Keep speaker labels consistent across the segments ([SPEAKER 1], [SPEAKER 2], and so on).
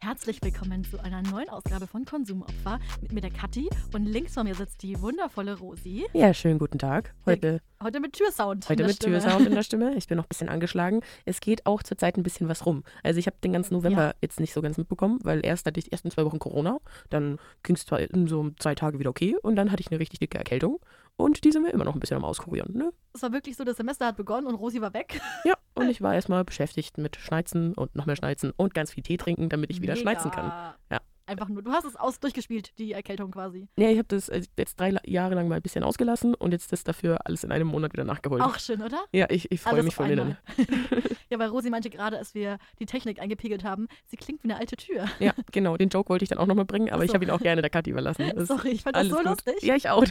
[SPEAKER 1] Herzlich willkommen zu einer neuen Ausgabe von Konsumopfer mit mir der Kathi und links von mir sitzt die wundervolle Rosi.
[SPEAKER 2] Ja, schönen guten Tag. Heute,
[SPEAKER 1] Heute mit Türsound. in
[SPEAKER 2] heute
[SPEAKER 1] der
[SPEAKER 2] mit
[SPEAKER 1] Stimme.
[SPEAKER 2] Türsound in der Stimme. Ich bin noch ein bisschen angeschlagen. Es geht auch zurzeit ein bisschen was rum. Also ich habe den ganzen November jetzt nicht so ganz mitbekommen, weil erst hatte ich die ersten zwei Wochen Corona, dann ging es zwar in so zwei Tage wieder okay und dann hatte ich eine richtig dicke Erkältung und die sind wir immer noch ein bisschen am Auskurieren. Ne?
[SPEAKER 1] Es war wirklich so, das Semester hat begonnen und Rosi war weg.
[SPEAKER 2] Ja, und ich war erstmal beschäftigt mit Schneizen und noch mehr Schneizen und ganz viel Tee trinken, damit ich wieder
[SPEAKER 1] Mega.
[SPEAKER 2] schneizen kann. Ja.
[SPEAKER 1] Einfach nur, du hast es aus durchgespielt, die Erkältung quasi.
[SPEAKER 2] Ja, ich habe das äh, jetzt drei La- Jahre lang mal ein bisschen ausgelassen und jetzt das dafür alles in einem Monat wieder nachgeholt.
[SPEAKER 1] Auch schön, oder?
[SPEAKER 2] Ja, ich, ich freue
[SPEAKER 1] Alles
[SPEAKER 2] mich
[SPEAKER 1] also
[SPEAKER 2] ne?
[SPEAKER 1] auf
[SPEAKER 2] von innen.
[SPEAKER 1] einmal. Ja, weil Rosi meinte gerade, als wir die Technik eingepegelt haben, sie klingt wie eine alte Tür.
[SPEAKER 2] Ja, genau, den Joke wollte ich dann auch nochmal bringen, aber
[SPEAKER 1] Ach
[SPEAKER 2] ich
[SPEAKER 1] so.
[SPEAKER 2] habe ihn auch gerne der Kathi überlassen. Das ist
[SPEAKER 1] Sorry, ich fand das
[SPEAKER 2] alles
[SPEAKER 1] so
[SPEAKER 2] gut.
[SPEAKER 1] lustig.
[SPEAKER 2] Ja, ich auch.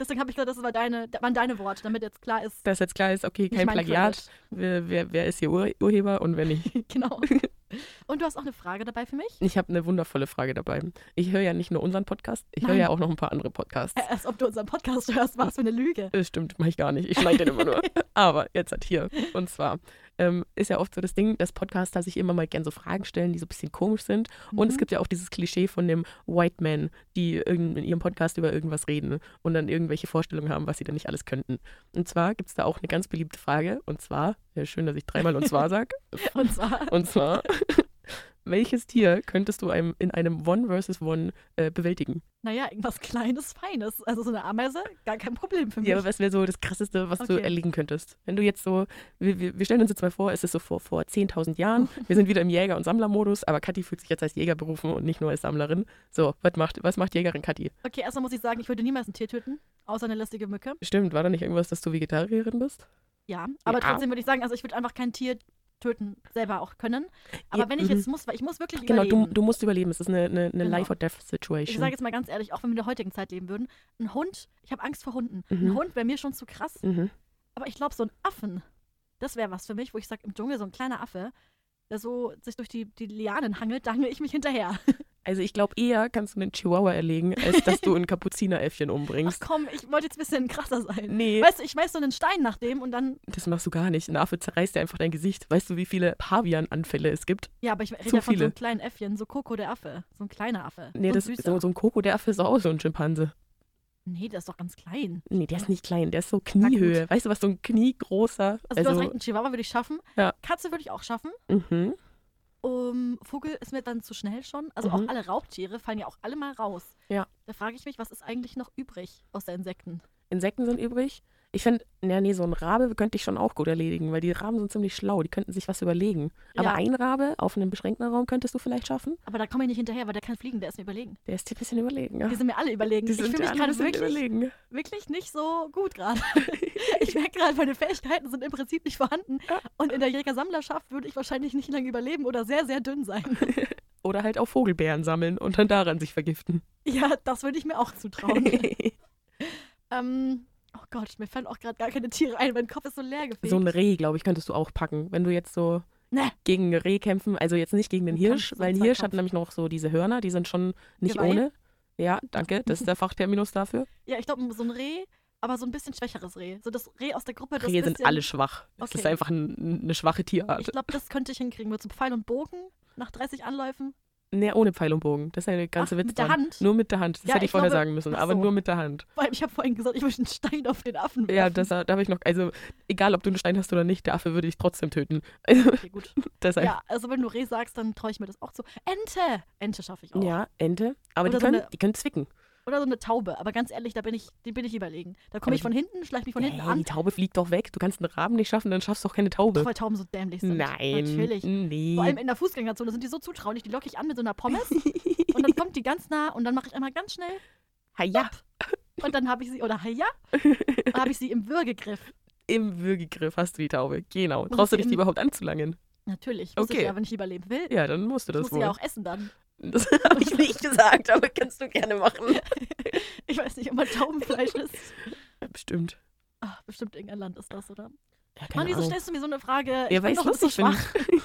[SPEAKER 1] Deswegen habe ich gedacht, das war deine, waren deine Worte, damit jetzt klar ist,
[SPEAKER 2] Dass jetzt klar ist, okay,
[SPEAKER 1] nicht
[SPEAKER 2] kein
[SPEAKER 1] mein
[SPEAKER 2] Plagiat, wer, wer, wer ist hier Ur Urheber und wer nicht.
[SPEAKER 1] Credit. Genau. Und du hast auch eine Frage dabei für mich?
[SPEAKER 2] Ich habe eine wundervolle Frage dabei. Ich höre ja nicht nur unseren Podcast, ich höre
[SPEAKER 1] Nein.
[SPEAKER 2] ja auch noch ein paar andere Podcasts.
[SPEAKER 1] Äh, Als ob du unseren Podcast hörst, war es für eine Lüge.
[SPEAKER 2] Das stimmt, mache ich gar nicht. Ich schneide den immer nur. Aber jetzt halt hier. Und zwar ähm, ist ja oft so das Ding, dass Podcaster sich immer mal gern so Fragen stellen, die so ein bisschen komisch sind. Und es
[SPEAKER 1] Mhm.
[SPEAKER 2] gibt ja auch dieses Klischee von dem White Man, die irgend- in ihrem Podcast über irgendwas reden und dann irgendwelche Vorstellungen haben, was sie dann nicht alles könnten. Und zwar gibt es da auch eine ganz beliebte Frage. Und zwar, ja, schön, dass ich dreimal und zwar sage.
[SPEAKER 1] Und zwar,
[SPEAKER 2] Und zwar, welches Tier könntest du einem, in einem One versus One äh, bewältigen?
[SPEAKER 1] naja, irgendwas Kleines, Feines. Also so eine Ameise, gar kein Problem für mich.
[SPEAKER 2] Ja, aber was wäre so das Krasseste, was du
[SPEAKER 1] Okay.
[SPEAKER 2] erlegen könntest? Wenn du jetzt so, wir, wir, wir stellen uns jetzt mal vor, es ist so vor, vor 10.000 Jahren,
[SPEAKER 1] Oh.
[SPEAKER 2] wir sind wieder im Jäger- und Sammlermodus, aber Kathi fühlt sich jetzt als Jäger berufen und nicht nur als Sammlerin. So, was macht, was macht Jägerin Kathi?
[SPEAKER 1] okay, erstmal muss ich sagen, ich würde niemals ein Tier töten, außer eine lästige Mücke.
[SPEAKER 2] Stimmt, war da nicht irgendwas, dass du Vegetarierin bist?
[SPEAKER 1] Ja, aber
[SPEAKER 2] Ja.
[SPEAKER 1] trotzdem würde ich sagen, also ich würde einfach kein Tier töten, selber auch können. Aber
[SPEAKER 2] Ja,
[SPEAKER 1] wenn ich
[SPEAKER 2] mhm.
[SPEAKER 1] jetzt muss, weil ich muss wirklich
[SPEAKER 2] Genau,
[SPEAKER 1] überleben.
[SPEAKER 2] du, du musst überleben, es ist eine, eine, eine
[SPEAKER 1] Genau. ich
[SPEAKER 2] Life-or-Death-Situation.
[SPEAKER 1] sage jetzt mal ganz ehrlich, auch wenn wir in der heutigen Zeit leben würden, ein Hund, ich habe Angst vor Hunden. Ein
[SPEAKER 2] Mhm.
[SPEAKER 1] Hund wäre mir schon zu krass.
[SPEAKER 2] Mhm.
[SPEAKER 1] Aber ich glaube, so ein Affen, das wäre was für mich, wo ich sage, im Dschungel so ein kleiner Affe, der so sich durch die, die Lianen hangelt, da hangel ich mich hinterher.
[SPEAKER 2] Also ich glaube, eher kannst du einen Chihuahua erlegen, als dass du ein Kapuzineräffchen
[SPEAKER 1] Ach
[SPEAKER 2] umbringst.
[SPEAKER 1] komm, ich wollte jetzt ein bisschen krasser sein.
[SPEAKER 2] Nee,
[SPEAKER 1] Weißt du, ich schmeiß so einen Stein nach dem und dann.
[SPEAKER 2] das machst du gar nicht. Ein Affe zerreißt dir einfach dein Gesicht. Weißt du, wie viele Pavian-Anfälle es gibt?
[SPEAKER 1] Ja, aber ich rede
[SPEAKER 2] Zu
[SPEAKER 1] ja von so
[SPEAKER 2] viele.
[SPEAKER 1] einem kleinen Äffchen, so Coco der Affe. So ein kleiner Affe.
[SPEAKER 2] Nee,
[SPEAKER 1] so
[SPEAKER 2] das,
[SPEAKER 1] ein süßer.
[SPEAKER 2] so, so ein Koko, der Affe ist auch so ein Schimpanse.
[SPEAKER 1] Nee, der ist doch ganz klein.
[SPEAKER 2] Nee, der ist nicht klein, der ist so
[SPEAKER 1] Na gut.
[SPEAKER 2] Kniehöhe. Weißt du, was so ein kniegroßer.
[SPEAKER 1] Also,
[SPEAKER 2] Also,
[SPEAKER 1] du hast recht, einen Chihuahua würde ich schaffen.
[SPEAKER 2] Ja.
[SPEAKER 1] Katze würde ich auch schaffen.
[SPEAKER 2] mhm.
[SPEAKER 1] Um, Vogel ist mir dann zu schnell schon. Also auch
[SPEAKER 2] Mhm.
[SPEAKER 1] alle Raubtiere fallen ja auch alle mal raus.
[SPEAKER 2] Ja.
[SPEAKER 1] Da frage ich mich, was ist eigentlich noch übrig aus der Insekten?
[SPEAKER 2] Insekten sind übrig. Ich finde, nee, nee, so ein Rabe könnte ich schon auch gut erledigen, weil die Raben sind ziemlich schlau, die könnten sich was überlegen. Aber
[SPEAKER 1] Ja.
[SPEAKER 2] ein Rabe auf einem beschränkten Raum könntest du vielleicht schaffen.
[SPEAKER 1] Aber da komme ich nicht hinterher, weil der kann fliegen, der ist mir überlegen.
[SPEAKER 2] Der ist dir ein bisschen überlegen. Ja.
[SPEAKER 1] Die sind mir alle überlegen.
[SPEAKER 2] Die
[SPEAKER 1] ich
[SPEAKER 2] sind
[SPEAKER 1] fühle
[SPEAKER 2] dir
[SPEAKER 1] mich
[SPEAKER 2] alle ein
[SPEAKER 1] gerade
[SPEAKER 2] bisschen
[SPEAKER 1] wirklich,
[SPEAKER 2] überlegen.
[SPEAKER 1] wirklich nicht so gut gerade. ich merke gerade, meine Fähigkeiten sind im Prinzip nicht vorhanden.
[SPEAKER 2] Ah.
[SPEAKER 1] Und in der Jäger-Sammlerschaft würde ich wahrscheinlich nicht lange überleben oder sehr, sehr dünn sein.
[SPEAKER 2] Oder halt auch Vogelbeeren sammeln und dann daran sich vergiften.
[SPEAKER 1] ja, das würde ich mir auch zutrauen. ähm, oh Gott, mir fallen auch gerade gar keine Tiere ein. Mein Kopf ist so leer gefegt.
[SPEAKER 2] so ein Reh, glaube ich, könntest du auch packen, wenn du jetzt so
[SPEAKER 1] Ne.
[SPEAKER 2] gegen ein Reh kämpfen, also jetzt nicht gegen den
[SPEAKER 1] Ein Kampf,
[SPEAKER 2] Hirsch,
[SPEAKER 1] so ein
[SPEAKER 2] weil ein Hirsch
[SPEAKER 1] Zweikampf.
[SPEAKER 2] hat nämlich noch so diese Hörner, die sind schon nicht
[SPEAKER 1] Geweih?
[SPEAKER 2] ohne. Ja, danke, das ist der Fachterminus dafür.
[SPEAKER 1] ja, ich glaube, so ein Reh, aber so ein bisschen schwächeres Reh. So das Reh aus der Gruppe. Das
[SPEAKER 2] Rehe
[SPEAKER 1] bisschen,
[SPEAKER 2] sind alle schwach. Das ist
[SPEAKER 1] Okay.
[SPEAKER 2] einfach ein, eine schwache
[SPEAKER 1] Ich
[SPEAKER 2] Tierart.
[SPEAKER 1] glaube, das könnte ich hinkriegen. Mit so Pfeil und Bogen nach 30 Anläufen.
[SPEAKER 2] Nee, Ne, ohne Pfeil und Bogen. Das ist eine ganze
[SPEAKER 1] Ach,
[SPEAKER 2] Witz
[SPEAKER 1] mit der
[SPEAKER 2] dran.
[SPEAKER 1] Hand?
[SPEAKER 2] Nur mit der Hand. Das
[SPEAKER 1] Ja,
[SPEAKER 2] hätte ich,
[SPEAKER 1] ich
[SPEAKER 2] vorher
[SPEAKER 1] glaube-
[SPEAKER 2] sagen müssen,
[SPEAKER 1] ach
[SPEAKER 2] aber
[SPEAKER 1] so.
[SPEAKER 2] nur mit der Hand.
[SPEAKER 1] Vor allem, ich habe vorhin gesagt, ich möchte einen Stein auf den Affen werfen.
[SPEAKER 2] Ja, das, da habe ich noch, also egal, ob du einen Stein hast oder nicht, dafür würde ich trotzdem töten. Also,
[SPEAKER 1] Okay, gut.
[SPEAKER 2] das ist
[SPEAKER 1] Ja, also wenn du Reh sagst, dann traue ich mir das auch zu. Ente! Ente schaffe ich auch.
[SPEAKER 2] einfach- ja, Ente. Aber
[SPEAKER 1] Oder
[SPEAKER 2] die
[SPEAKER 1] so
[SPEAKER 2] können,
[SPEAKER 1] eine-
[SPEAKER 2] die können zwicken.
[SPEAKER 1] Oder so eine Taube. Aber ganz ehrlich, da bin ich, die bin ich überlegen. Da komme
[SPEAKER 2] Aber
[SPEAKER 1] ich von hinten, schleiche mich von hinten
[SPEAKER 2] Hey, die
[SPEAKER 1] an.
[SPEAKER 2] Taube fliegt doch weg. Du kannst einen Raben nicht schaffen, dann schaffst du auch keine Taube.
[SPEAKER 1] Doch, weil Tauben so dämlich sind.
[SPEAKER 2] Nein.
[SPEAKER 1] Natürlich.
[SPEAKER 2] Nee.
[SPEAKER 1] Vor allem in der Fußgängerzone sind die so zutraulich, die locke ich an mit so einer Pommes und dann kommt die ganz nah und dann mache ich einmal ganz schnell
[SPEAKER 2] Ha, ja,
[SPEAKER 1] und dann habe ich sie, oder ja, habe ich sie im Würgegriff.
[SPEAKER 2] im Würgegriff hast du die Taube. Genau.
[SPEAKER 1] Muss
[SPEAKER 2] Traust du
[SPEAKER 1] ich
[SPEAKER 2] dich
[SPEAKER 1] in-
[SPEAKER 2] die überhaupt anzulangen?
[SPEAKER 1] Natürlich, muss ich
[SPEAKER 2] Okay.
[SPEAKER 1] ja, wenn ich überleben will.
[SPEAKER 2] Ja, dann musst du
[SPEAKER 1] Ich
[SPEAKER 2] das
[SPEAKER 1] muss sie
[SPEAKER 2] wohl.
[SPEAKER 1] ja auch essen dann.
[SPEAKER 2] Das habe ich nicht gesagt, aber kannst du gerne machen.
[SPEAKER 1] Ich weiß nicht, ob man Taubenfleisch ist.
[SPEAKER 2] Bestimmt.
[SPEAKER 1] Ach, bestimmt irgendein Land ist das, oder?
[SPEAKER 2] Ja,
[SPEAKER 1] Mann, wieso
[SPEAKER 2] Ahnung.
[SPEAKER 1] stellst du mir so eine Frage? Ich
[SPEAKER 2] Ja,
[SPEAKER 1] bin
[SPEAKER 2] weil ich
[SPEAKER 1] doch
[SPEAKER 2] es
[SPEAKER 1] ein bisschen
[SPEAKER 2] lustig finde.
[SPEAKER 1] schwach.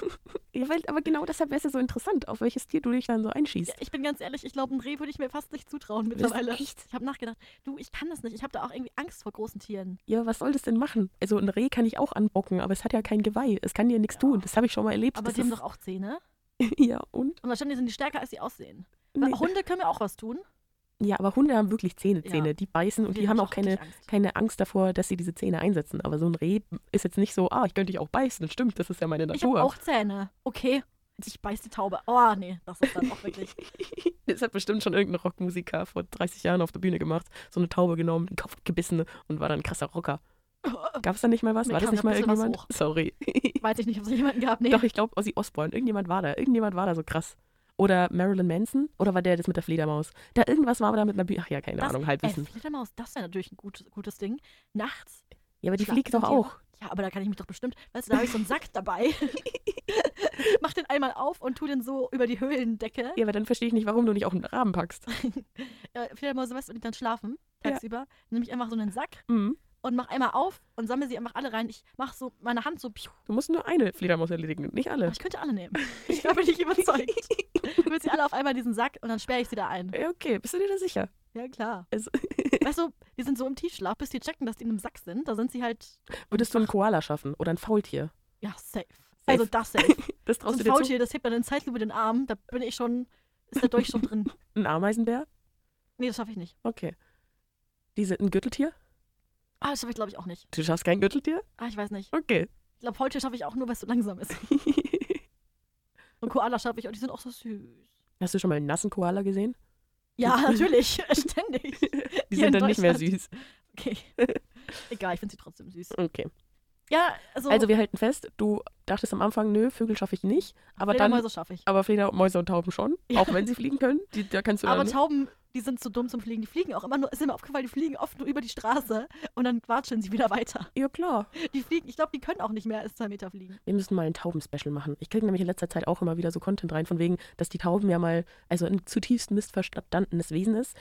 [SPEAKER 2] ja, weil, aber genau deshalb wäre es ja so interessant, auf welches Tier du dich dann so einschießt.
[SPEAKER 1] Ja, ich bin ganz ehrlich, ich glaube, ein Reh würde ich mir fast nicht zutrauen
[SPEAKER 2] Das ist
[SPEAKER 1] mittlerweile.
[SPEAKER 2] echt.
[SPEAKER 1] Ich habe nachgedacht, du, ich kann das nicht. Ich habe da auch irgendwie Angst vor großen Tieren.
[SPEAKER 2] Ja, was soll das denn machen? Also ein Reh kann ich auch anbocken, aber es hat ja kein Geweih. Es kann dir nichts tun. Das habe ich schon mal erlebt.
[SPEAKER 1] Aber
[SPEAKER 2] das
[SPEAKER 1] die haben
[SPEAKER 2] ist-
[SPEAKER 1] doch auch Zähne.
[SPEAKER 2] ja, und?
[SPEAKER 1] Und wahrscheinlich sind die stärker, als sie aussehen. Weil
[SPEAKER 2] Nee.
[SPEAKER 1] Hunde können ja auch was tun.
[SPEAKER 2] Ja, aber Hunde haben wirklich Zähne,
[SPEAKER 1] Ja.
[SPEAKER 2] Zähne. Die beißen und die
[SPEAKER 1] Denen
[SPEAKER 2] haben
[SPEAKER 1] hab
[SPEAKER 2] auch
[SPEAKER 1] ich
[SPEAKER 2] keine,
[SPEAKER 1] richtig Angst.
[SPEAKER 2] keine Angst davor, dass sie diese Zähne einsetzen. Aber so ein Reh ist jetzt nicht so, ah, ich könnte dich auch beißen. Stimmt, das ist ja meine
[SPEAKER 1] Ich habe
[SPEAKER 2] Natur.
[SPEAKER 1] auch Zähne. Okay. Ich beiß die Taube. Oh, nee, das ist dann auch wirklich.
[SPEAKER 2] Das hat bestimmt schon irgendein Rockmusiker vor 30 Jahren auf der Bühne gemacht. So eine Taube genommen, den Kopf gebissen und war dann ein krasser Rocker. Gab es da nicht mal was?
[SPEAKER 1] Mir
[SPEAKER 2] War das
[SPEAKER 1] kam
[SPEAKER 2] nicht
[SPEAKER 1] da
[SPEAKER 2] mal
[SPEAKER 1] ein bisschen was
[SPEAKER 2] irgendjemand?
[SPEAKER 1] hoch.
[SPEAKER 2] Sorry.
[SPEAKER 1] Weiß ich nicht, ob es jemanden gab. Nee.
[SPEAKER 2] Doch, ich glaube, Ozzy Osbourne. Irgendjemand war da. Irgendjemand war da so krass. Oder Marilyn Manson? Oder war der das mit der Fledermaus? Da irgendwas war aber da mit einer Bühne. Ach ja, keine
[SPEAKER 1] das,
[SPEAKER 2] Ahnung,
[SPEAKER 1] ey,
[SPEAKER 2] Halbwissen.
[SPEAKER 1] Fledermaus, das wäre natürlich ein gutes, gutes Ding. Nachts.
[SPEAKER 2] Ja, aber die
[SPEAKER 1] schlafen
[SPEAKER 2] fliegt doch
[SPEAKER 1] die
[SPEAKER 2] auch.
[SPEAKER 1] Ja, aber da kann ich mich doch bestimmt. Weißt du, da habe ich so einen Sack dabei. Mach den einmal auf und tu den so über die Höhlendecke.
[SPEAKER 2] Ja, aber dann verstehe ich nicht, warum du nicht auch einen Rahmen packst.
[SPEAKER 1] Äh, Fledermäuse, weißt du, wenn die dann schlafen,
[SPEAKER 2] Ja.
[SPEAKER 1] tagsüber, nehme ich einfach so einen Sack
[SPEAKER 2] Mhm.
[SPEAKER 1] und mach einmal auf und sammle sie einfach alle rein. Ich mache so meine Hand so. Piu,
[SPEAKER 2] Du musst nur eine Fledermaus erledigen, nicht alle.
[SPEAKER 1] Aber ich könnte alle nehmen. Ich glaube, bin ich überzeugt. Ich will sie alle auf einmal in diesen Sack und dann sperre ich sie da ein.
[SPEAKER 2] Ja, okay, bist du dir da sicher?
[SPEAKER 1] Ja, klar.
[SPEAKER 2] Also-
[SPEAKER 1] weißt du, die sind so im Tiefschlaf, bis die checken, dass die in einem Sack sind. Da sind sie halt,
[SPEAKER 2] Würdest du einen Koala schaffen oder ein Faultier?
[SPEAKER 1] ja, safe. Also das safe.
[SPEAKER 2] Das
[SPEAKER 1] So
[SPEAKER 2] traust
[SPEAKER 1] ein
[SPEAKER 2] du dir zu?
[SPEAKER 1] Faultier, das hebt dann in Zeitlupe den Arm. Da bin ich schon, ist der Dolch schon drin.
[SPEAKER 2] Ein Ameisenbär?
[SPEAKER 1] Nee, das schaffe ich nicht.
[SPEAKER 2] Okay. Diese, ein Gürteltier?
[SPEAKER 1] Ah, das schaffe ich, glaube ich, auch nicht.
[SPEAKER 2] Du schaffst kein Gürteltier?
[SPEAKER 1] Ah, ich weiß nicht.
[SPEAKER 2] Okay.
[SPEAKER 1] Ich glaube, Faultier schaffe ich auch nur, weil es so langsam ist. Und Koala schaffe ich auch, die sind auch so süß.
[SPEAKER 2] Hast du schon mal einen nassen Koala gesehen?
[SPEAKER 1] Ja, natürlich, ständig.
[SPEAKER 2] Die
[SPEAKER 1] Hier in
[SPEAKER 2] sind dann nicht mehr
[SPEAKER 1] Deutschland.
[SPEAKER 2] süß.
[SPEAKER 1] Okay. Egal, ich finde sie trotzdem süß.
[SPEAKER 2] Okay.
[SPEAKER 1] Ja, also,
[SPEAKER 2] Also wir halten fest, du dachtest am Anfang, nö, Vögel schaffe ich nicht, aber dann
[SPEAKER 1] Fledermäuse schaffe ich.
[SPEAKER 2] aber Fledermäuse und Tauben schon, auch wenn sie fliegen können, die, da kannst du
[SPEAKER 1] Aber
[SPEAKER 2] dann,
[SPEAKER 1] Tauben, die sind zu dumm zum Fliegen. Die fliegen auch immer nur, ist mir aufgefallen, die fliegen oft nur über die Straße und dann quatschen sie wieder weiter.
[SPEAKER 2] ja klar.
[SPEAKER 1] Die fliegen, ich glaube, die können auch nicht mehr als zwei Meter fliegen.
[SPEAKER 2] Wir müssen mal ein Tauben-Special machen. Ich kriege nämlich in letzter Zeit auch immer wieder so Content rein, von wegen, dass die Tauben ja mal, also ein zutiefst missverstandenes Wesen ist.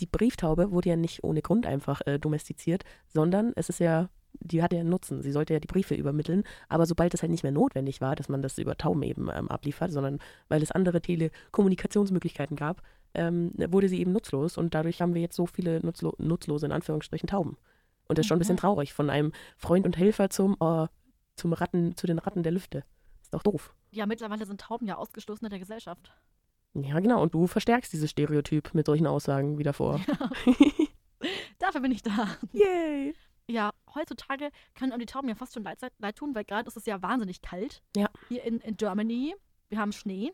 [SPEAKER 2] Die Brieftaube wurde ja nicht ohne Grund einfach äh, domestiziert, sondern es ist ja, die hat ja einen Nutzen. Sie sollte ja die Briefe übermitteln, aber sobald es halt nicht mehr notwendig war, dass man das über Tauben eben ähm, abliefert, sondern weil es andere Telekommunikationsmöglichkeiten gab, ähm, wurde sie eben nutzlos und dadurch haben wir jetzt so viele nutzlo nutzlose, in Anführungsstrichen, Tauben. Und das ist schon ein bisschen
[SPEAKER 1] Mhm.
[SPEAKER 2] traurig, von einem Freund und Helfer zum, oh, zum Ratten, zu den Ratten der Lüfte. Ist doch doof.
[SPEAKER 1] Ja, mittlerweile sind Tauben ja ausgeschlossen der Gesellschaft.
[SPEAKER 2] Ja, genau. Und du verstärkst dieses Stereotyp mit solchen Aussagen wie davor.
[SPEAKER 1] Dafür bin ich da.
[SPEAKER 2] Yay!
[SPEAKER 1] Ja, heutzutage können einem die Tauben ja fast schon leid, sein- leid tun, weil gerade ist es ja wahnsinnig kalt.
[SPEAKER 2] Ja.
[SPEAKER 1] Hier in, in Germany, wir haben Schnee.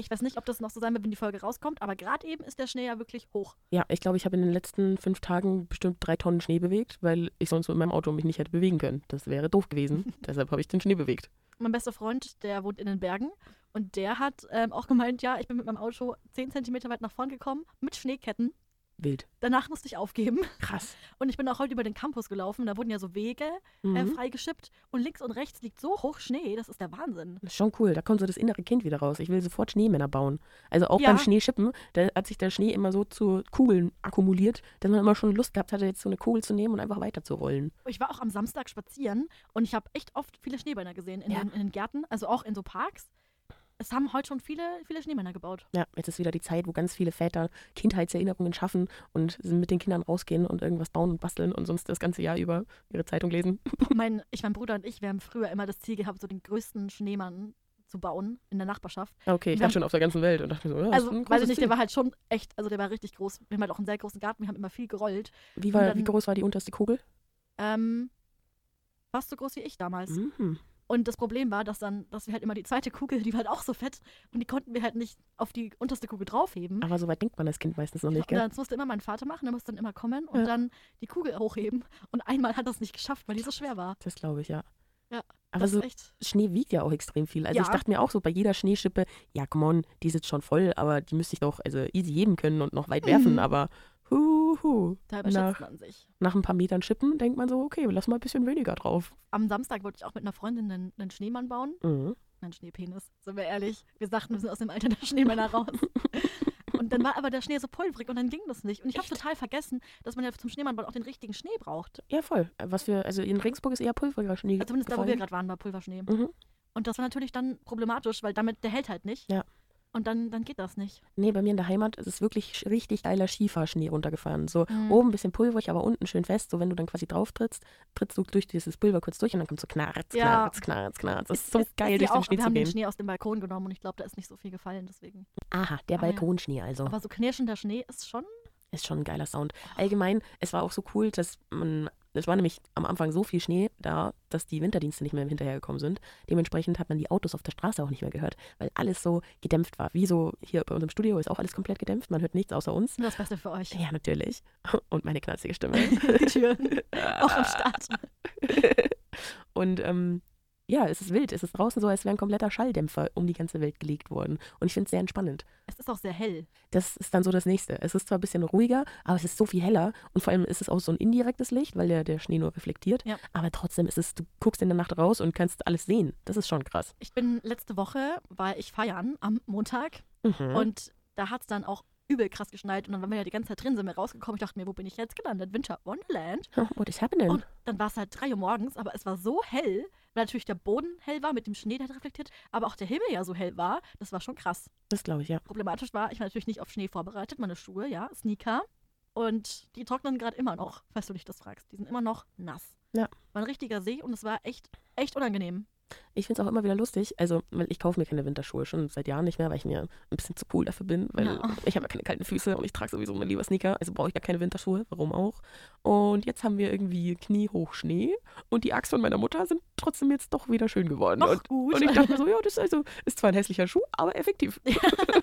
[SPEAKER 1] Ich weiß nicht, ob das noch so sein wird, wenn die Folge rauskommt, aber gerade eben ist der Schnee ja wirklich hoch.
[SPEAKER 2] Ja, ich glaube, ich habe in den letzten fünf Tagen bestimmt drei Tonnen Schnee bewegt, weil ich sonst mit meinem Auto mich nicht hätte bewegen können. Das wäre doof gewesen. Deshalb habe ich den Schnee bewegt.
[SPEAKER 1] Mein bester Freund, der wohnt in den Bergen und der hat ähm, auch gemeint, ja, ich bin mit meinem Auto 10 Zentimeter weit nach vorn gekommen mit Schneeketten.
[SPEAKER 2] Wild.
[SPEAKER 1] Danach musste ich aufgeben
[SPEAKER 2] Krass.
[SPEAKER 1] und ich bin auch heute über den Campus gelaufen. Da wurden ja so Wege äh,
[SPEAKER 2] Mhm.
[SPEAKER 1] freigeschippt und links und rechts liegt so hoch Schnee, das ist der Wahnsinn.
[SPEAKER 2] Das ist schon cool. Da kommt so das innere Kind wieder raus. Ich will sofort Schneemänner bauen. Also auch
[SPEAKER 1] Ja.
[SPEAKER 2] beim Schneeschippen, da hat sich der Schnee immer so zu Kugeln akkumuliert, dass man immer schon Lust gehabt hatte, jetzt so eine Kugel zu nehmen und einfach weiterzurollen.
[SPEAKER 1] Ich war auch am Samstag spazieren und ich habe echt oft viele Schneebänder gesehen in,
[SPEAKER 2] Ja.
[SPEAKER 1] den, in den Gärten, also auch in so Parks. Es haben heute schon viele, viele Schneemänner gebaut.
[SPEAKER 2] Ja, jetzt ist wieder die Zeit, wo ganz viele Väter Kindheitserinnerungen schaffen und mit den Kindern rausgehen und irgendwas bauen und basteln und sonst das ganze Jahr über ihre Zeitung lesen.
[SPEAKER 1] Mein, ich, mein Bruder und ich, wir haben früher immer das Ziel gehabt, so den größten Schneemann zu bauen in der Nachbarschaft.
[SPEAKER 2] Ah, Okay, ich
[SPEAKER 1] Wir haben-
[SPEAKER 2] dachte schon auf der ganzen Welt und dachte mir so, ja, Oh, das
[SPEAKER 1] Also,
[SPEAKER 2] ist ein
[SPEAKER 1] weiß ich
[SPEAKER 2] großes
[SPEAKER 1] nicht, der
[SPEAKER 2] Ding.
[SPEAKER 1] war halt schon echt, also der war richtig groß. Wir haben halt auch einen sehr großen Garten, wir haben immer viel gerollt.
[SPEAKER 2] wie, war, wie
[SPEAKER 1] dann-
[SPEAKER 2] groß war die unterste Kugel?
[SPEAKER 1] Ähm, fast so groß wie ich damals.
[SPEAKER 2] Mhm.
[SPEAKER 1] Und das Problem war, dass dann, dass wir halt immer die zweite Kugel, die war halt auch so fett und die konnten wir halt nicht auf die unterste Kugel draufheben.
[SPEAKER 2] Aber so weit denkt man als Kind meistens noch nicht,
[SPEAKER 1] und
[SPEAKER 2] gell?
[SPEAKER 1] das musste immer mein Vater machen, der musste dann immer kommen und
[SPEAKER 2] Ja.
[SPEAKER 1] dann die Kugel hochheben. Und einmal hat er es nicht geschafft, weil die so schwer war.
[SPEAKER 2] Das glaube ich, ja.
[SPEAKER 1] Ja,
[SPEAKER 2] Aber
[SPEAKER 1] das
[SPEAKER 2] so
[SPEAKER 1] ist echt.
[SPEAKER 2] Schnee wiegt ja auch extrem viel. Also ich
[SPEAKER 1] Ja.
[SPEAKER 2] dachte mir auch so, bei jeder Schneeschippe, ja, come on, die sitzt schon voll, aber die müsste ich doch also easy heben können und noch weit werfen,
[SPEAKER 1] Mhm.
[SPEAKER 2] aber huhu,
[SPEAKER 1] Da
[SPEAKER 2] nach,
[SPEAKER 1] überschätzt man sich.
[SPEAKER 2] nach ein paar Metern Schippen denkt man so, okay, lass mal ein bisschen weniger drauf.
[SPEAKER 1] Am Samstag wollte ich auch mit einer Freundin einen, einen Schneemann bauen.
[SPEAKER 2] Mhm.
[SPEAKER 1] Nein, Schneepenis. Sind wir ehrlich. Wir sagten, wir sind aus dem Alter der Schneemänner raus. Und dann war aber der Schnee so polvrig und dann ging das nicht. Und ich habe total vergessen, dass man ja zum Schneemannbau auch den richtigen Schnee braucht.
[SPEAKER 2] Ja, voll. Was für, also in Regensburg ist eher pulveriger Schnee.
[SPEAKER 1] Also zumindest da, wo wir
[SPEAKER 2] gefallen.
[SPEAKER 1] gerade waren, war Pulverschnee.
[SPEAKER 2] Mhm.
[SPEAKER 1] Und das war natürlich dann problematisch, weil damit, der hält halt nicht.
[SPEAKER 2] Ja.
[SPEAKER 1] Und dann, dann geht das nicht.
[SPEAKER 2] Nee, bei mir in der Heimat ist es wirklich sch- richtig geiler Skifahrschnee runtergefahren. So
[SPEAKER 1] Mhm.
[SPEAKER 2] oben ein bisschen pulverig, aber unten schön fest. So wenn du dann quasi drauf trittst, trittst du durch dieses Pulver kurz durch und dann kommt so knarz,
[SPEAKER 1] Ja.
[SPEAKER 2] knarz, knarz, knarz. Das ist so
[SPEAKER 1] Es- es-
[SPEAKER 2] geil,
[SPEAKER 1] wir
[SPEAKER 2] durch den
[SPEAKER 1] auch,
[SPEAKER 2] Schnee
[SPEAKER 1] Wir
[SPEAKER 2] zu
[SPEAKER 1] haben den
[SPEAKER 2] gehen.
[SPEAKER 1] Schnee aus dem Balkon genommen und ich glaube, da ist nicht so viel gefallen, deswegen.
[SPEAKER 2] Aha, der
[SPEAKER 1] Ah, ja.
[SPEAKER 2] Balkonschnee also.
[SPEAKER 1] Aber so knirschender Schnee ist schon.
[SPEAKER 2] Ist schon ein geiler Sound.
[SPEAKER 1] Ah.
[SPEAKER 2] Allgemein, es war auch so cool, dass man, es war nämlich am Anfang so viel Schnee da, dass die Winterdienste nicht mehr hinterhergekommen sind. Dementsprechend hat man die Autos auf der Straße auch nicht mehr gehört, weil alles so gedämpft war. Wie so hier bei uns im Studio ist auch alles komplett gedämpft, man hört nichts außer uns.
[SPEAKER 1] Das Beste für euch.
[SPEAKER 2] Ja, natürlich. Und meine knarzige
[SPEAKER 1] Die
[SPEAKER 2] Stimme.
[SPEAKER 1] Türen. Auch am Start.
[SPEAKER 2] Und ähm, ja, es ist wild. Es ist draußen so, als wäre ein kompletter Schalldämpfer um die ganze Welt gelegt worden. Und ich finde es sehr entspannend.
[SPEAKER 1] Es ist auch sehr hell.
[SPEAKER 2] Das ist dann so das Nächste. Es ist zwar ein bisschen ruhiger, aber es ist so viel heller. Und vor allem ist es auch so ein indirektes Licht, weil der, der Schnee nur reflektiert.
[SPEAKER 1] Ja.
[SPEAKER 2] Aber trotzdem ist es, du guckst in der Nacht raus und kannst alles sehen. Das ist schon krass.
[SPEAKER 1] Ich bin letzte Woche, war ich feiern am Montag
[SPEAKER 2] Mhm.
[SPEAKER 1] und da hat es dann auch übel krass geschneit und dann waren wir ja die ganze Zeit drin, sind wir rausgekommen. Ich dachte mir, wo bin ich jetzt gelandet? Winter Wonderland.
[SPEAKER 2] oh, what is happening?
[SPEAKER 1] Und dann war es halt 3 Uhr morgens, aber es war so hell, weil natürlich der Boden hell war mit dem Schnee, der hat reflektiert, aber auch der Himmel ja so hell war. Das war schon krass.
[SPEAKER 2] das glaube ich, ja.
[SPEAKER 1] problematisch war, ich war natürlich nicht auf Schnee vorbereitet, meine Schuhe, ja, Sneaker. Und die trocknen gerade immer noch, falls du dich das fragst. Die sind immer noch nass.
[SPEAKER 2] Ja.
[SPEAKER 1] War ein richtiger See und es war echt, echt unangenehm.
[SPEAKER 2] Ich finde es auch immer wieder lustig. Also, weil ich kaufe mir keine Winterschuhe schon seit Jahren nicht mehr, weil ich mir ein bisschen zu cool dafür bin, weil
[SPEAKER 1] Ja.
[SPEAKER 2] ich habe ja keine kalten Füße und ich trage sowieso immer lieber Sneaker, also brauche ich gar keine Winterschuhe, warum auch. Und jetzt haben wir irgendwie kniehoch Schnee und die Axt von meiner Mutter sind trotzdem jetzt doch wieder schön geworden.
[SPEAKER 1] Noch
[SPEAKER 2] Und,
[SPEAKER 1] gut.
[SPEAKER 2] und ich dachte mir so, ja, das ist also ist zwar ein hässlicher Schuh, aber effektiv.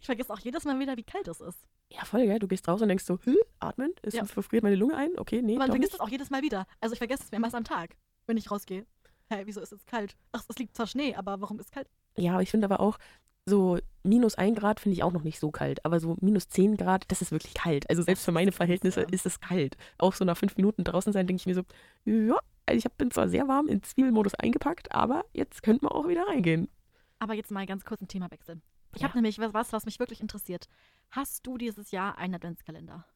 [SPEAKER 1] ich vergesse auch jedes Mal wieder, wie kalt es ist.
[SPEAKER 2] Ja, voll, gell? Du gehst raus und denkst so, hm, atmen, ist,
[SPEAKER 1] Ja.
[SPEAKER 2] verfriert meine Lunge ein? Okay, nee,
[SPEAKER 1] Man
[SPEAKER 2] doch
[SPEAKER 1] vergisst es
[SPEAKER 2] nicht.
[SPEAKER 1] auch jedes Mal wieder. Also ich vergesse es mehrmals am Tag, wenn ich rausgehe. Hä, wieso ist es kalt? Ach, es liegt zwar Schnee, aber warum ist kalt?
[SPEAKER 2] Ja, aber ich finde aber auch, so minus 1 Grad finde ich auch noch nicht so kalt, aber so minus 10 Grad, das ist wirklich kalt. Also selbst für meine Verhältnisse
[SPEAKER 1] ja.
[SPEAKER 2] ist es kalt. Auch so nach fünf Minuten draußen sein, denke ich mir so, ja, also ich hab- bin zwar sehr warm in Zwiebelmodus eingepackt, aber jetzt könnte man auch wieder reingehen.
[SPEAKER 1] Aber jetzt mal ganz kurz ein Thema wechseln. Ich
[SPEAKER 2] Ja.
[SPEAKER 1] habe nämlich was- was, was mich wirklich interessiert. Hast du dieses Jahr einen Adventskalender?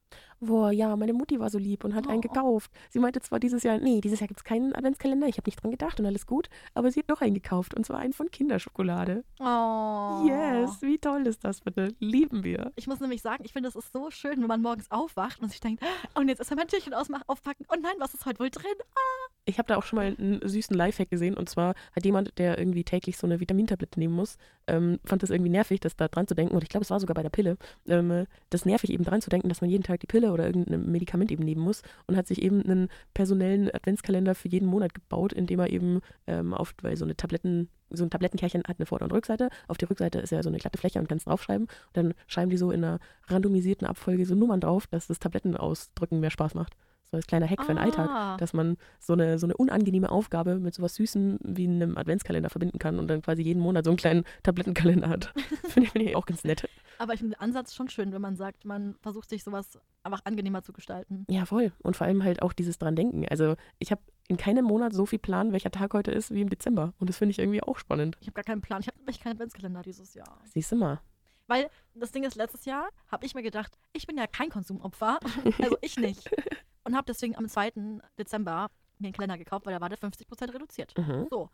[SPEAKER 2] Boah, ja, meine Mutti war so lieb und hat einen
[SPEAKER 1] Oh.
[SPEAKER 2] gekauft. Sie meinte zwar dieses Jahr, nee, dieses Jahr gibt's keinen Adventskalender, ich habe nicht dran gedacht und alles gut, aber sie hat doch einen gekauft und zwar einen von Kinderschokolade.
[SPEAKER 1] Oh.
[SPEAKER 2] Yes, wie toll ist das bitte? Lieben wir.
[SPEAKER 1] Ich muss nämlich sagen, ich finde, es ist so schön, wenn man morgens aufwacht und sich denkt, "Ah, und jetzt erstmal mein Türchen ausmachen, aufpacken. Oh nein, was ist heute wohl drin?
[SPEAKER 2] Ich habe da auch schon mal einen süßen Lifehack gesehen und zwar hat jemand, der irgendwie täglich so eine Vitamintablette nehmen muss, ähm, fand das irgendwie nervig, das da dran zu denken und ich glaube, es war sogar bei der Pille, ähm, äh, das nervig eben dran zu denken, dass man jeden Tag die Pille oder irgendein Medikament eben nehmen muss und hat sich eben einen personellen Adventskalender für jeden Monat gebaut, indem er eben ähm, auf, weil so eine Tabletten, so ein Tablettenkärchen hat eine Vorder- und Rückseite, auf die Rückseite ist ja so eine glatte Fläche und kannst draufschreiben und dann schreiben die so in einer randomisierten Abfolge so Nummern drauf, dass das Tablettenausdrücken mehr Spaß macht. So als kleiner Hack für den Alltag
[SPEAKER 1] Ah,
[SPEAKER 2] dass man so eine, so eine unangenehme Aufgabe mit sowas Süßem wie einem Adventskalender verbinden kann und dann quasi jeden Monat so einen kleinen Tablettenkalender hat. Finde ich, finde ich auch ganz nett.
[SPEAKER 1] Aber ich finde den Ansatz schon schön, wenn man sagt, man versucht sich sowas einfach angenehmer zu gestalten.
[SPEAKER 2] Ja, voll. Und vor allem halt auch dieses dran denken. Also ich habe in keinem Monat so viel Plan, welcher Tag heute ist, wie im Dezember. Und das finde ich irgendwie auch spannend.
[SPEAKER 1] Ich habe gar keinen Plan. Ich habe nämlich keinen Adventskalender dieses Jahr.
[SPEAKER 2] Siehst du mal.
[SPEAKER 1] Weil das Ding ist, letztes Jahr habe ich mir gedacht, ich bin ja kein Konsumopfer. Also ich nicht. Und habe deswegen am 2. Dezember mir einen Kalender gekauft, weil da war der 50% reduziert.
[SPEAKER 2] Mhm.
[SPEAKER 1] So.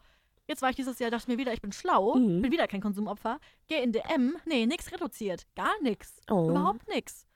[SPEAKER 1] Jetzt war ich dieses Jahr, dachte mir wieder, ich bin schlau,
[SPEAKER 2] Mhm.
[SPEAKER 1] bin wieder kein Konsumopfer, gehe in DM, nee, nix reduziert, gar nix,
[SPEAKER 2] Oh.
[SPEAKER 1] überhaupt nix.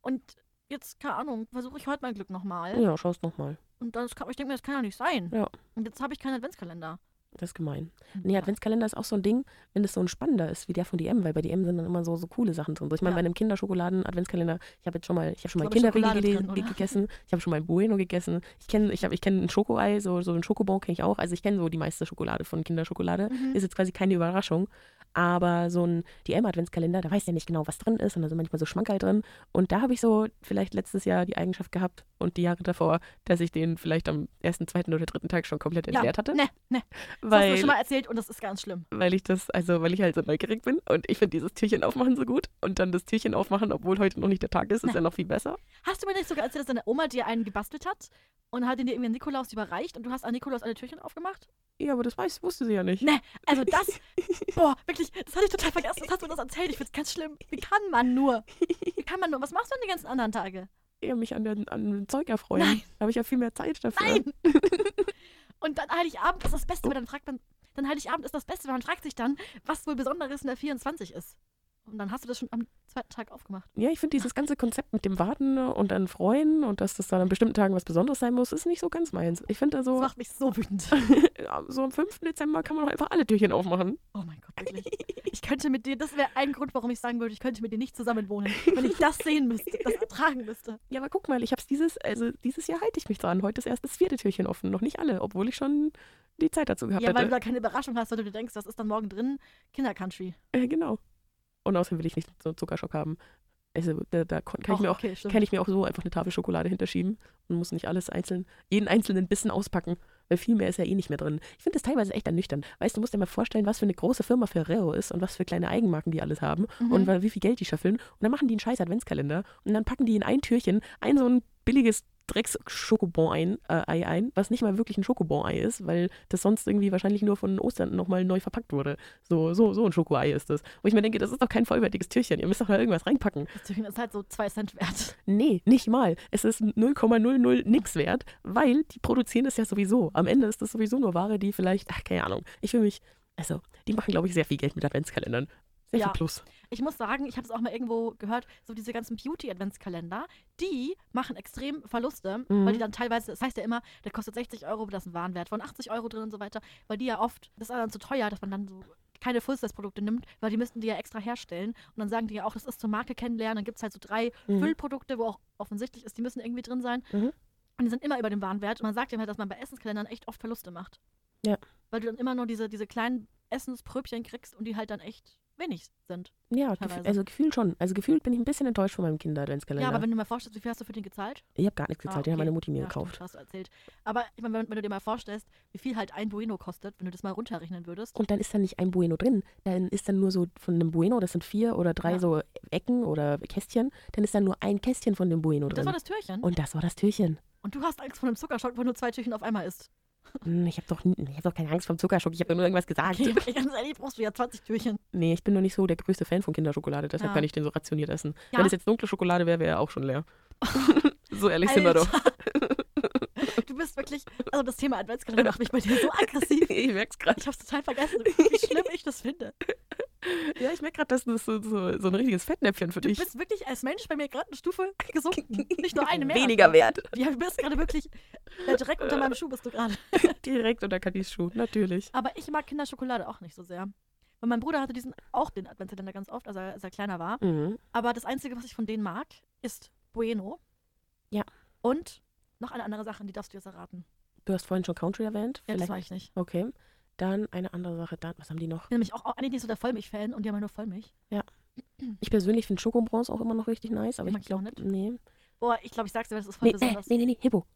[SPEAKER 1] Und jetzt, keine Ahnung, versuche ich heute mein Glück nochmal.
[SPEAKER 2] Oh. Ja, schaust nochmal.
[SPEAKER 1] Und das kann, ich denke mir, das kann ja nicht sein.
[SPEAKER 2] Ja.
[SPEAKER 1] Und jetzt habe ich keinen Adventskalender.
[SPEAKER 2] Das ist gemein. Nee, Adventskalender ist auch so ein Ding, wenn es so ein spannender ist wie der von DM, weil bei DM sind dann immer so, so coole Sachen drin. So, ich meine,
[SPEAKER 1] Ja.
[SPEAKER 2] bei einem Kinderschokoladen-Adventskalender, ich habe jetzt schon mal, ich habe schon mal
[SPEAKER 1] Ich glaube,
[SPEAKER 2] Kinderriegel
[SPEAKER 1] Schokolade
[SPEAKER 2] gele-
[SPEAKER 1] drin, oder?
[SPEAKER 2] gegessen, ich habe schon mal Bueno gegessen, ich kenne ich hab, ich kenn ein Schokoei, so, so ein Schokobon kenne ich auch, also ich kenne so die meiste Schokolade von Kinderschokolade.
[SPEAKER 1] Mhm.
[SPEAKER 2] Ist jetzt quasi keine Überraschung, aber so ein DM-Adventskalender, da weiß ja nicht genau, was drin ist und da sind manchmal so Schmankerl drin und da habe ich so vielleicht letztes Jahr die Eigenschaft gehabt und die Jahre davor, dass ich den vielleicht am ersten, zweiten oder dritten Tag schon komplett
[SPEAKER 1] Ja,
[SPEAKER 2] entleert hatte.
[SPEAKER 1] Ne, ne. Das hast du mir
[SPEAKER 2] weil
[SPEAKER 1] schon mal erzählt und das ist ganz schlimm.
[SPEAKER 2] weil ich das, also weil ich halt so neugierig bin und ich finde dieses Türchen aufmachen so gut und dann das Türchen aufmachen, obwohl heute noch nicht der Tag ist, ist ja noch viel besser.
[SPEAKER 1] Hast du mir nicht sogar erzählt, dass deine Oma dir einen gebastelt hat und hat ihn dir irgendwie an Nikolaus überreicht und du hast an Nikolaus alle Türchen aufgemacht?
[SPEAKER 2] Ja, aber das weiß, wusste sie ja nicht.
[SPEAKER 1] Ne. Also das, boah, wirklich, das hatte ich total vergessen. Das hast du mir das erzählt. Ich find's ganz schlimm. Wie kann man nur? Wie kann man nur? Was machst du an den ganzen anderen Tage?
[SPEAKER 2] Eher mich an, der, an dem Zeug erfreuen.
[SPEAKER 1] Nein.
[SPEAKER 2] Da habe ich ja viel mehr Zeit dafür.
[SPEAKER 1] Nein! Und dann Heiligabend ist das Beste, weil dann fragt man, Dann Heiligabend ist das Beste, weil man fragt sich dann, was wohl Besonderes in der 24 ist. Und dann hast du das schon am zweiten Tag aufgemacht.
[SPEAKER 2] Ja, ich finde dieses ganze Konzept mit dem Warten und dann Freuen und dass das dann an bestimmten Tagen was Besonderes sein muss, ist nicht so ganz meins. Ich finde da
[SPEAKER 1] Das
[SPEAKER 2] so,
[SPEAKER 1] macht mich so wütend.
[SPEAKER 2] so am 5. Dezember kann man doch einfach alle Türchen aufmachen.
[SPEAKER 1] Oh mein Gott, wirklich. Ich könnte mit dir, das wäre ein Grund, warum ich sagen würde, ich könnte mit dir nicht zusammen wohnen, wenn ich das sehen müsste, das ertragen müsste.
[SPEAKER 2] Ja, aber guck mal, ich hab's dieses, also dieses Jahr halte ich mich dran. Heute ist erst das vierte Türchen offen, noch nicht alle, obwohl ich schon die Zeit dazu gehabt
[SPEAKER 1] Ja, weil du
[SPEAKER 2] hätte.
[SPEAKER 1] da keine Überraschung hast, weil du dir denkst, das ist dann morgen drin, Kindercountry.
[SPEAKER 2] Äh, genau. Und außerdem will ich nicht so einen Zuckerschock haben. Also da, da kon- kann ich mir auch
[SPEAKER 1] Oh, okay, stimmt.
[SPEAKER 2] kann ich mir auch so einfach eine Tafel Schokolade hinterschieben und muss nicht alles einzeln, jeden einzelnen Bissen auspacken, weil viel mehr ist ja eh nicht mehr drin. Ich finde das teilweise echt ernüchternd. Weißt du, musst dir mal vorstellen, was für eine große Firma Ferrero ist und was für kleine Eigenmarken die alles haben
[SPEAKER 1] Mhm.
[SPEAKER 2] und wa- wie viel Geld die scheffeln. Und dann machen die einen scheiß Adventskalender und dann packen die in ein Türchen ein so ein billiges Drecks-Schokobon ein, äh, Ei ein, was nicht mal wirklich ein Schokobon-Ei ist, weil das sonst irgendwie wahrscheinlich nur von Ostern nochmal neu verpackt wurde. So, so, so ein Schokoei ist das. Wo ich mir denke, das ist doch kein vollwertiges Türchen. Ihr müsst doch da irgendwas reinpacken.
[SPEAKER 1] Das Türchen ist halt so zwei Cent wert.
[SPEAKER 2] Nee, nicht mal. Es ist 0,00 nix wert, weil die produzieren es ja sowieso. Am Ende ist das sowieso nur Ware, die vielleicht, ach, keine Ahnung. Ich will mich, also, die machen, glaube ich, sehr viel Geld mit Adventskalendern. Sehr
[SPEAKER 1] Ja.
[SPEAKER 2] viel Plus.
[SPEAKER 1] Ich muss sagen, ich habe es auch mal irgendwo gehört, so diese ganzen Beauty-Adventskalender, die machen extrem Verluste,
[SPEAKER 2] Mhm.
[SPEAKER 1] weil die dann teilweise, das heißt ja immer, der kostet 60 Euro, aber da ist ein Warenwert von 80 Euro drin und so weiter, weil die ja oft, das ist dann zu teuer, dass man dann so keine Full-Size-Produkte nimmt, weil die müssten die ja extra herstellen und dann sagen die ja auch, das ist zur Marke kennenlernen, dann gibt es halt so drei
[SPEAKER 2] Mhm.
[SPEAKER 1] Füllprodukte, wo auch offensichtlich ist, die müssen irgendwie drin sein
[SPEAKER 2] Mhm.
[SPEAKER 1] und die sind immer über dem Warenwert und man sagt ja halt, dass man bei Essenskalendern echt oft Verluste macht.
[SPEAKER 2] Ja.
[SPEAKER 1] Weil du dann immer nur diese, diese kleinen Essenspröbchen kriegst und die halt dann echt wenig sind.
[SPEAKER 2] Ja,
[SPEAKER 1] Teilweise.
[SPEAKER 2] gef- also gefühlt schon. Also gefühlt bin ich ein bisschen enttäuscht von meinem Kinder-Adventskalender.
[SPEAKER 1] Ja, aber wenn du mal vorstellst, wie viel hast du für den gezahlt?
[SPEAKER 2] ich habe gar nichts gezahlt,
[SPEAKER 1] Ah,
[SPEAKER 2] den hat
[SPEAKER 1] okay.
[SPEAKER 2] meine Mutti mir
[SPEAKER 1] Ja, stimmt,
[SPEAKER 2] gekauft.
[SPEAKER 1] hast du erzählt. Aber ich meine, wenn, wenn du dir mal vorstellst, wie viel halt ein Bueno kostet, wenn du das mal runterrechnen würdest.
[SPEAKER 2] Und dann ist da nicht ein Bueno drin. Dann ist dann nur so von einem Bueno, das sind vier oder drei
[SPEAKER 1] Ja.
[SPEAKER 2] so Ecken oder Kästchen, dann ist da nur ein Kästchen von dem Bueno
[SPEAKER 1] Das
[SPEAKER 2] drin.
[SPEAKER 1] war das Türchen. Und,
[SPEAKER 2] Und das war das Türchen.
[SPEAKER 1] du hast Angst vor einem Zuckerschock, wenn du zwei Türchen auf einmal isst.
[SPEAKER 2] Hm, Ich habe doch, nie- ich hab doch keine Angst vom Zuckerschock, ich habe nur irgendwas gesagt.
[SPEAKER 1] Okay, wirklich, ganz ehrlich, brauchst Also, du ja 20 Türchen.
[SPEAKER 2] Nee, ich bin nur nicht so der größte Fan von Kinderschokolade, deshalb
[SPEAKER 1] Ja.
[SPEAKER 2] kann ich den so rationiert essen.
[SPEAKER 1] Ja?
[SPEAKER 2] Wenn es jetzt dunkle Schokolade wäre, wäre er auch schon leer. so ehrlich sind wir doch.
[SPEAKER 1] Alter. Du bist wirklich, also das Thema Adventskalender macht mich bei dir so aggressiv.
[SPEAKER 2] Ich merk's gerade.
[SPEAKER 1] Ich hab's total vergessen, wie schlimm ich das finde.
[SPEAKER 2] Ja, ich merk gerade, dass das so, so, so ein richtiges Fettnäpfchen für
[SPEAKER 1] Du
[SPEAKER 2] dich.
[SPEAKER 1] bist wirklich als Mensch bei mir gerade eine Stufe gesunken. Nicht nur eine mehr.
[SPEAKER 2] Weniger wert.
[SPEAKER 1] Ja, du bist gerade wirklich, ja, direkt unter meinem Schuh bist du gerade.
[SPEAKER 2] Direkt unter Katis Schuh, natürlich.
[SPEAKER 1] Aber ich mag Kinderschokolade auch nicht so sehr. Weil mein Bruder hatte diesen auch den Adventskalender ganz oft, als er, als er kleiner war.
[SPEAKER 2] Mhm.
[SPEAKER 1] Aber das Einzige, was ich von denen mag, ist Bueno.
[SPEAKER 2] Ja.
[SPEAKER 1] Und noch eine andere Sache, die darfst du jetzt erraten.
[SPEAKER 2] Du hast vorhin schon Country erwähnt.
[SPEAKER 1] Ja, das
[SPEAKER 2] Vielleicht.
[SPEAKER 1] war ich nicht.
[SPEAKER 2] okay. Dann eine andere Sache. Dann, was haben die noch?
[SPEAKER 1] Ich bin nämlich auch, auch eigentlich nicht so der Vollmilch-Fan und die haben ja nur Vollmilch.
[SPEAKER 2] Ich persönlich finde Schokobons auch immer noch richtig nice, aber
[SPEAKER 1] Die Hm. mag
[SPEAKER 2] ich
[SPEAKER 1] ich auch
[SPEAKER 2] glaube,
[SPEAKER 1] nicht.
[SPEAKER 2] nee.
[SPEAKER 1] Boah, ich glaube, ich sag's dir, weil das ist voll
[SPEAKER 2] Nee, äh,
[SPEAKER 1] besonders.
[SPEAKER 2] nee, nee, nee, Hippo.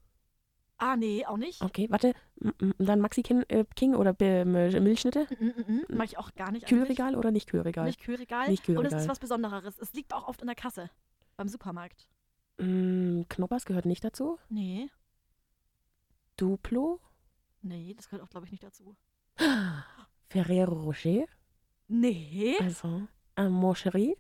[SPEAKER 1] Ah, nee, auch nicht.
[SPEAKER 2] Okay, warte. M -m dann Maxi Kin äh, King oder äh, Milchschnitte?
[SPEAKER 1] Mm, mm, mm, Mag ich auch gar nicht. eigentlich.
[SPEAKER 2] Kühlregal oder nicht Kühlregal?
[SPEAKER 1] Nicht Kühlregal.
[SPEAKER 2] Nicht
[SPEAKER 1] Und es
[SPEAKER 2] Kühlregal.
[SPEAKER 1] ist was Besonderes. Es liegt auch oft in der Kasse. Beim Supermarkt.
[SPEAKER 2] Mm, Knoppers gehört nicht dazu.
[SPEAKER 1] Nee,
[SPEAKER 2] Duplo.
[SPEAKER 1] nee, das gehört auch, glaube ich, nicht dazu.
[SPEAKER 2] Ferrero Rocher.
[SPEAKER 1] Nee?
[SPEAKER 2] Also. Äh, Mancherie.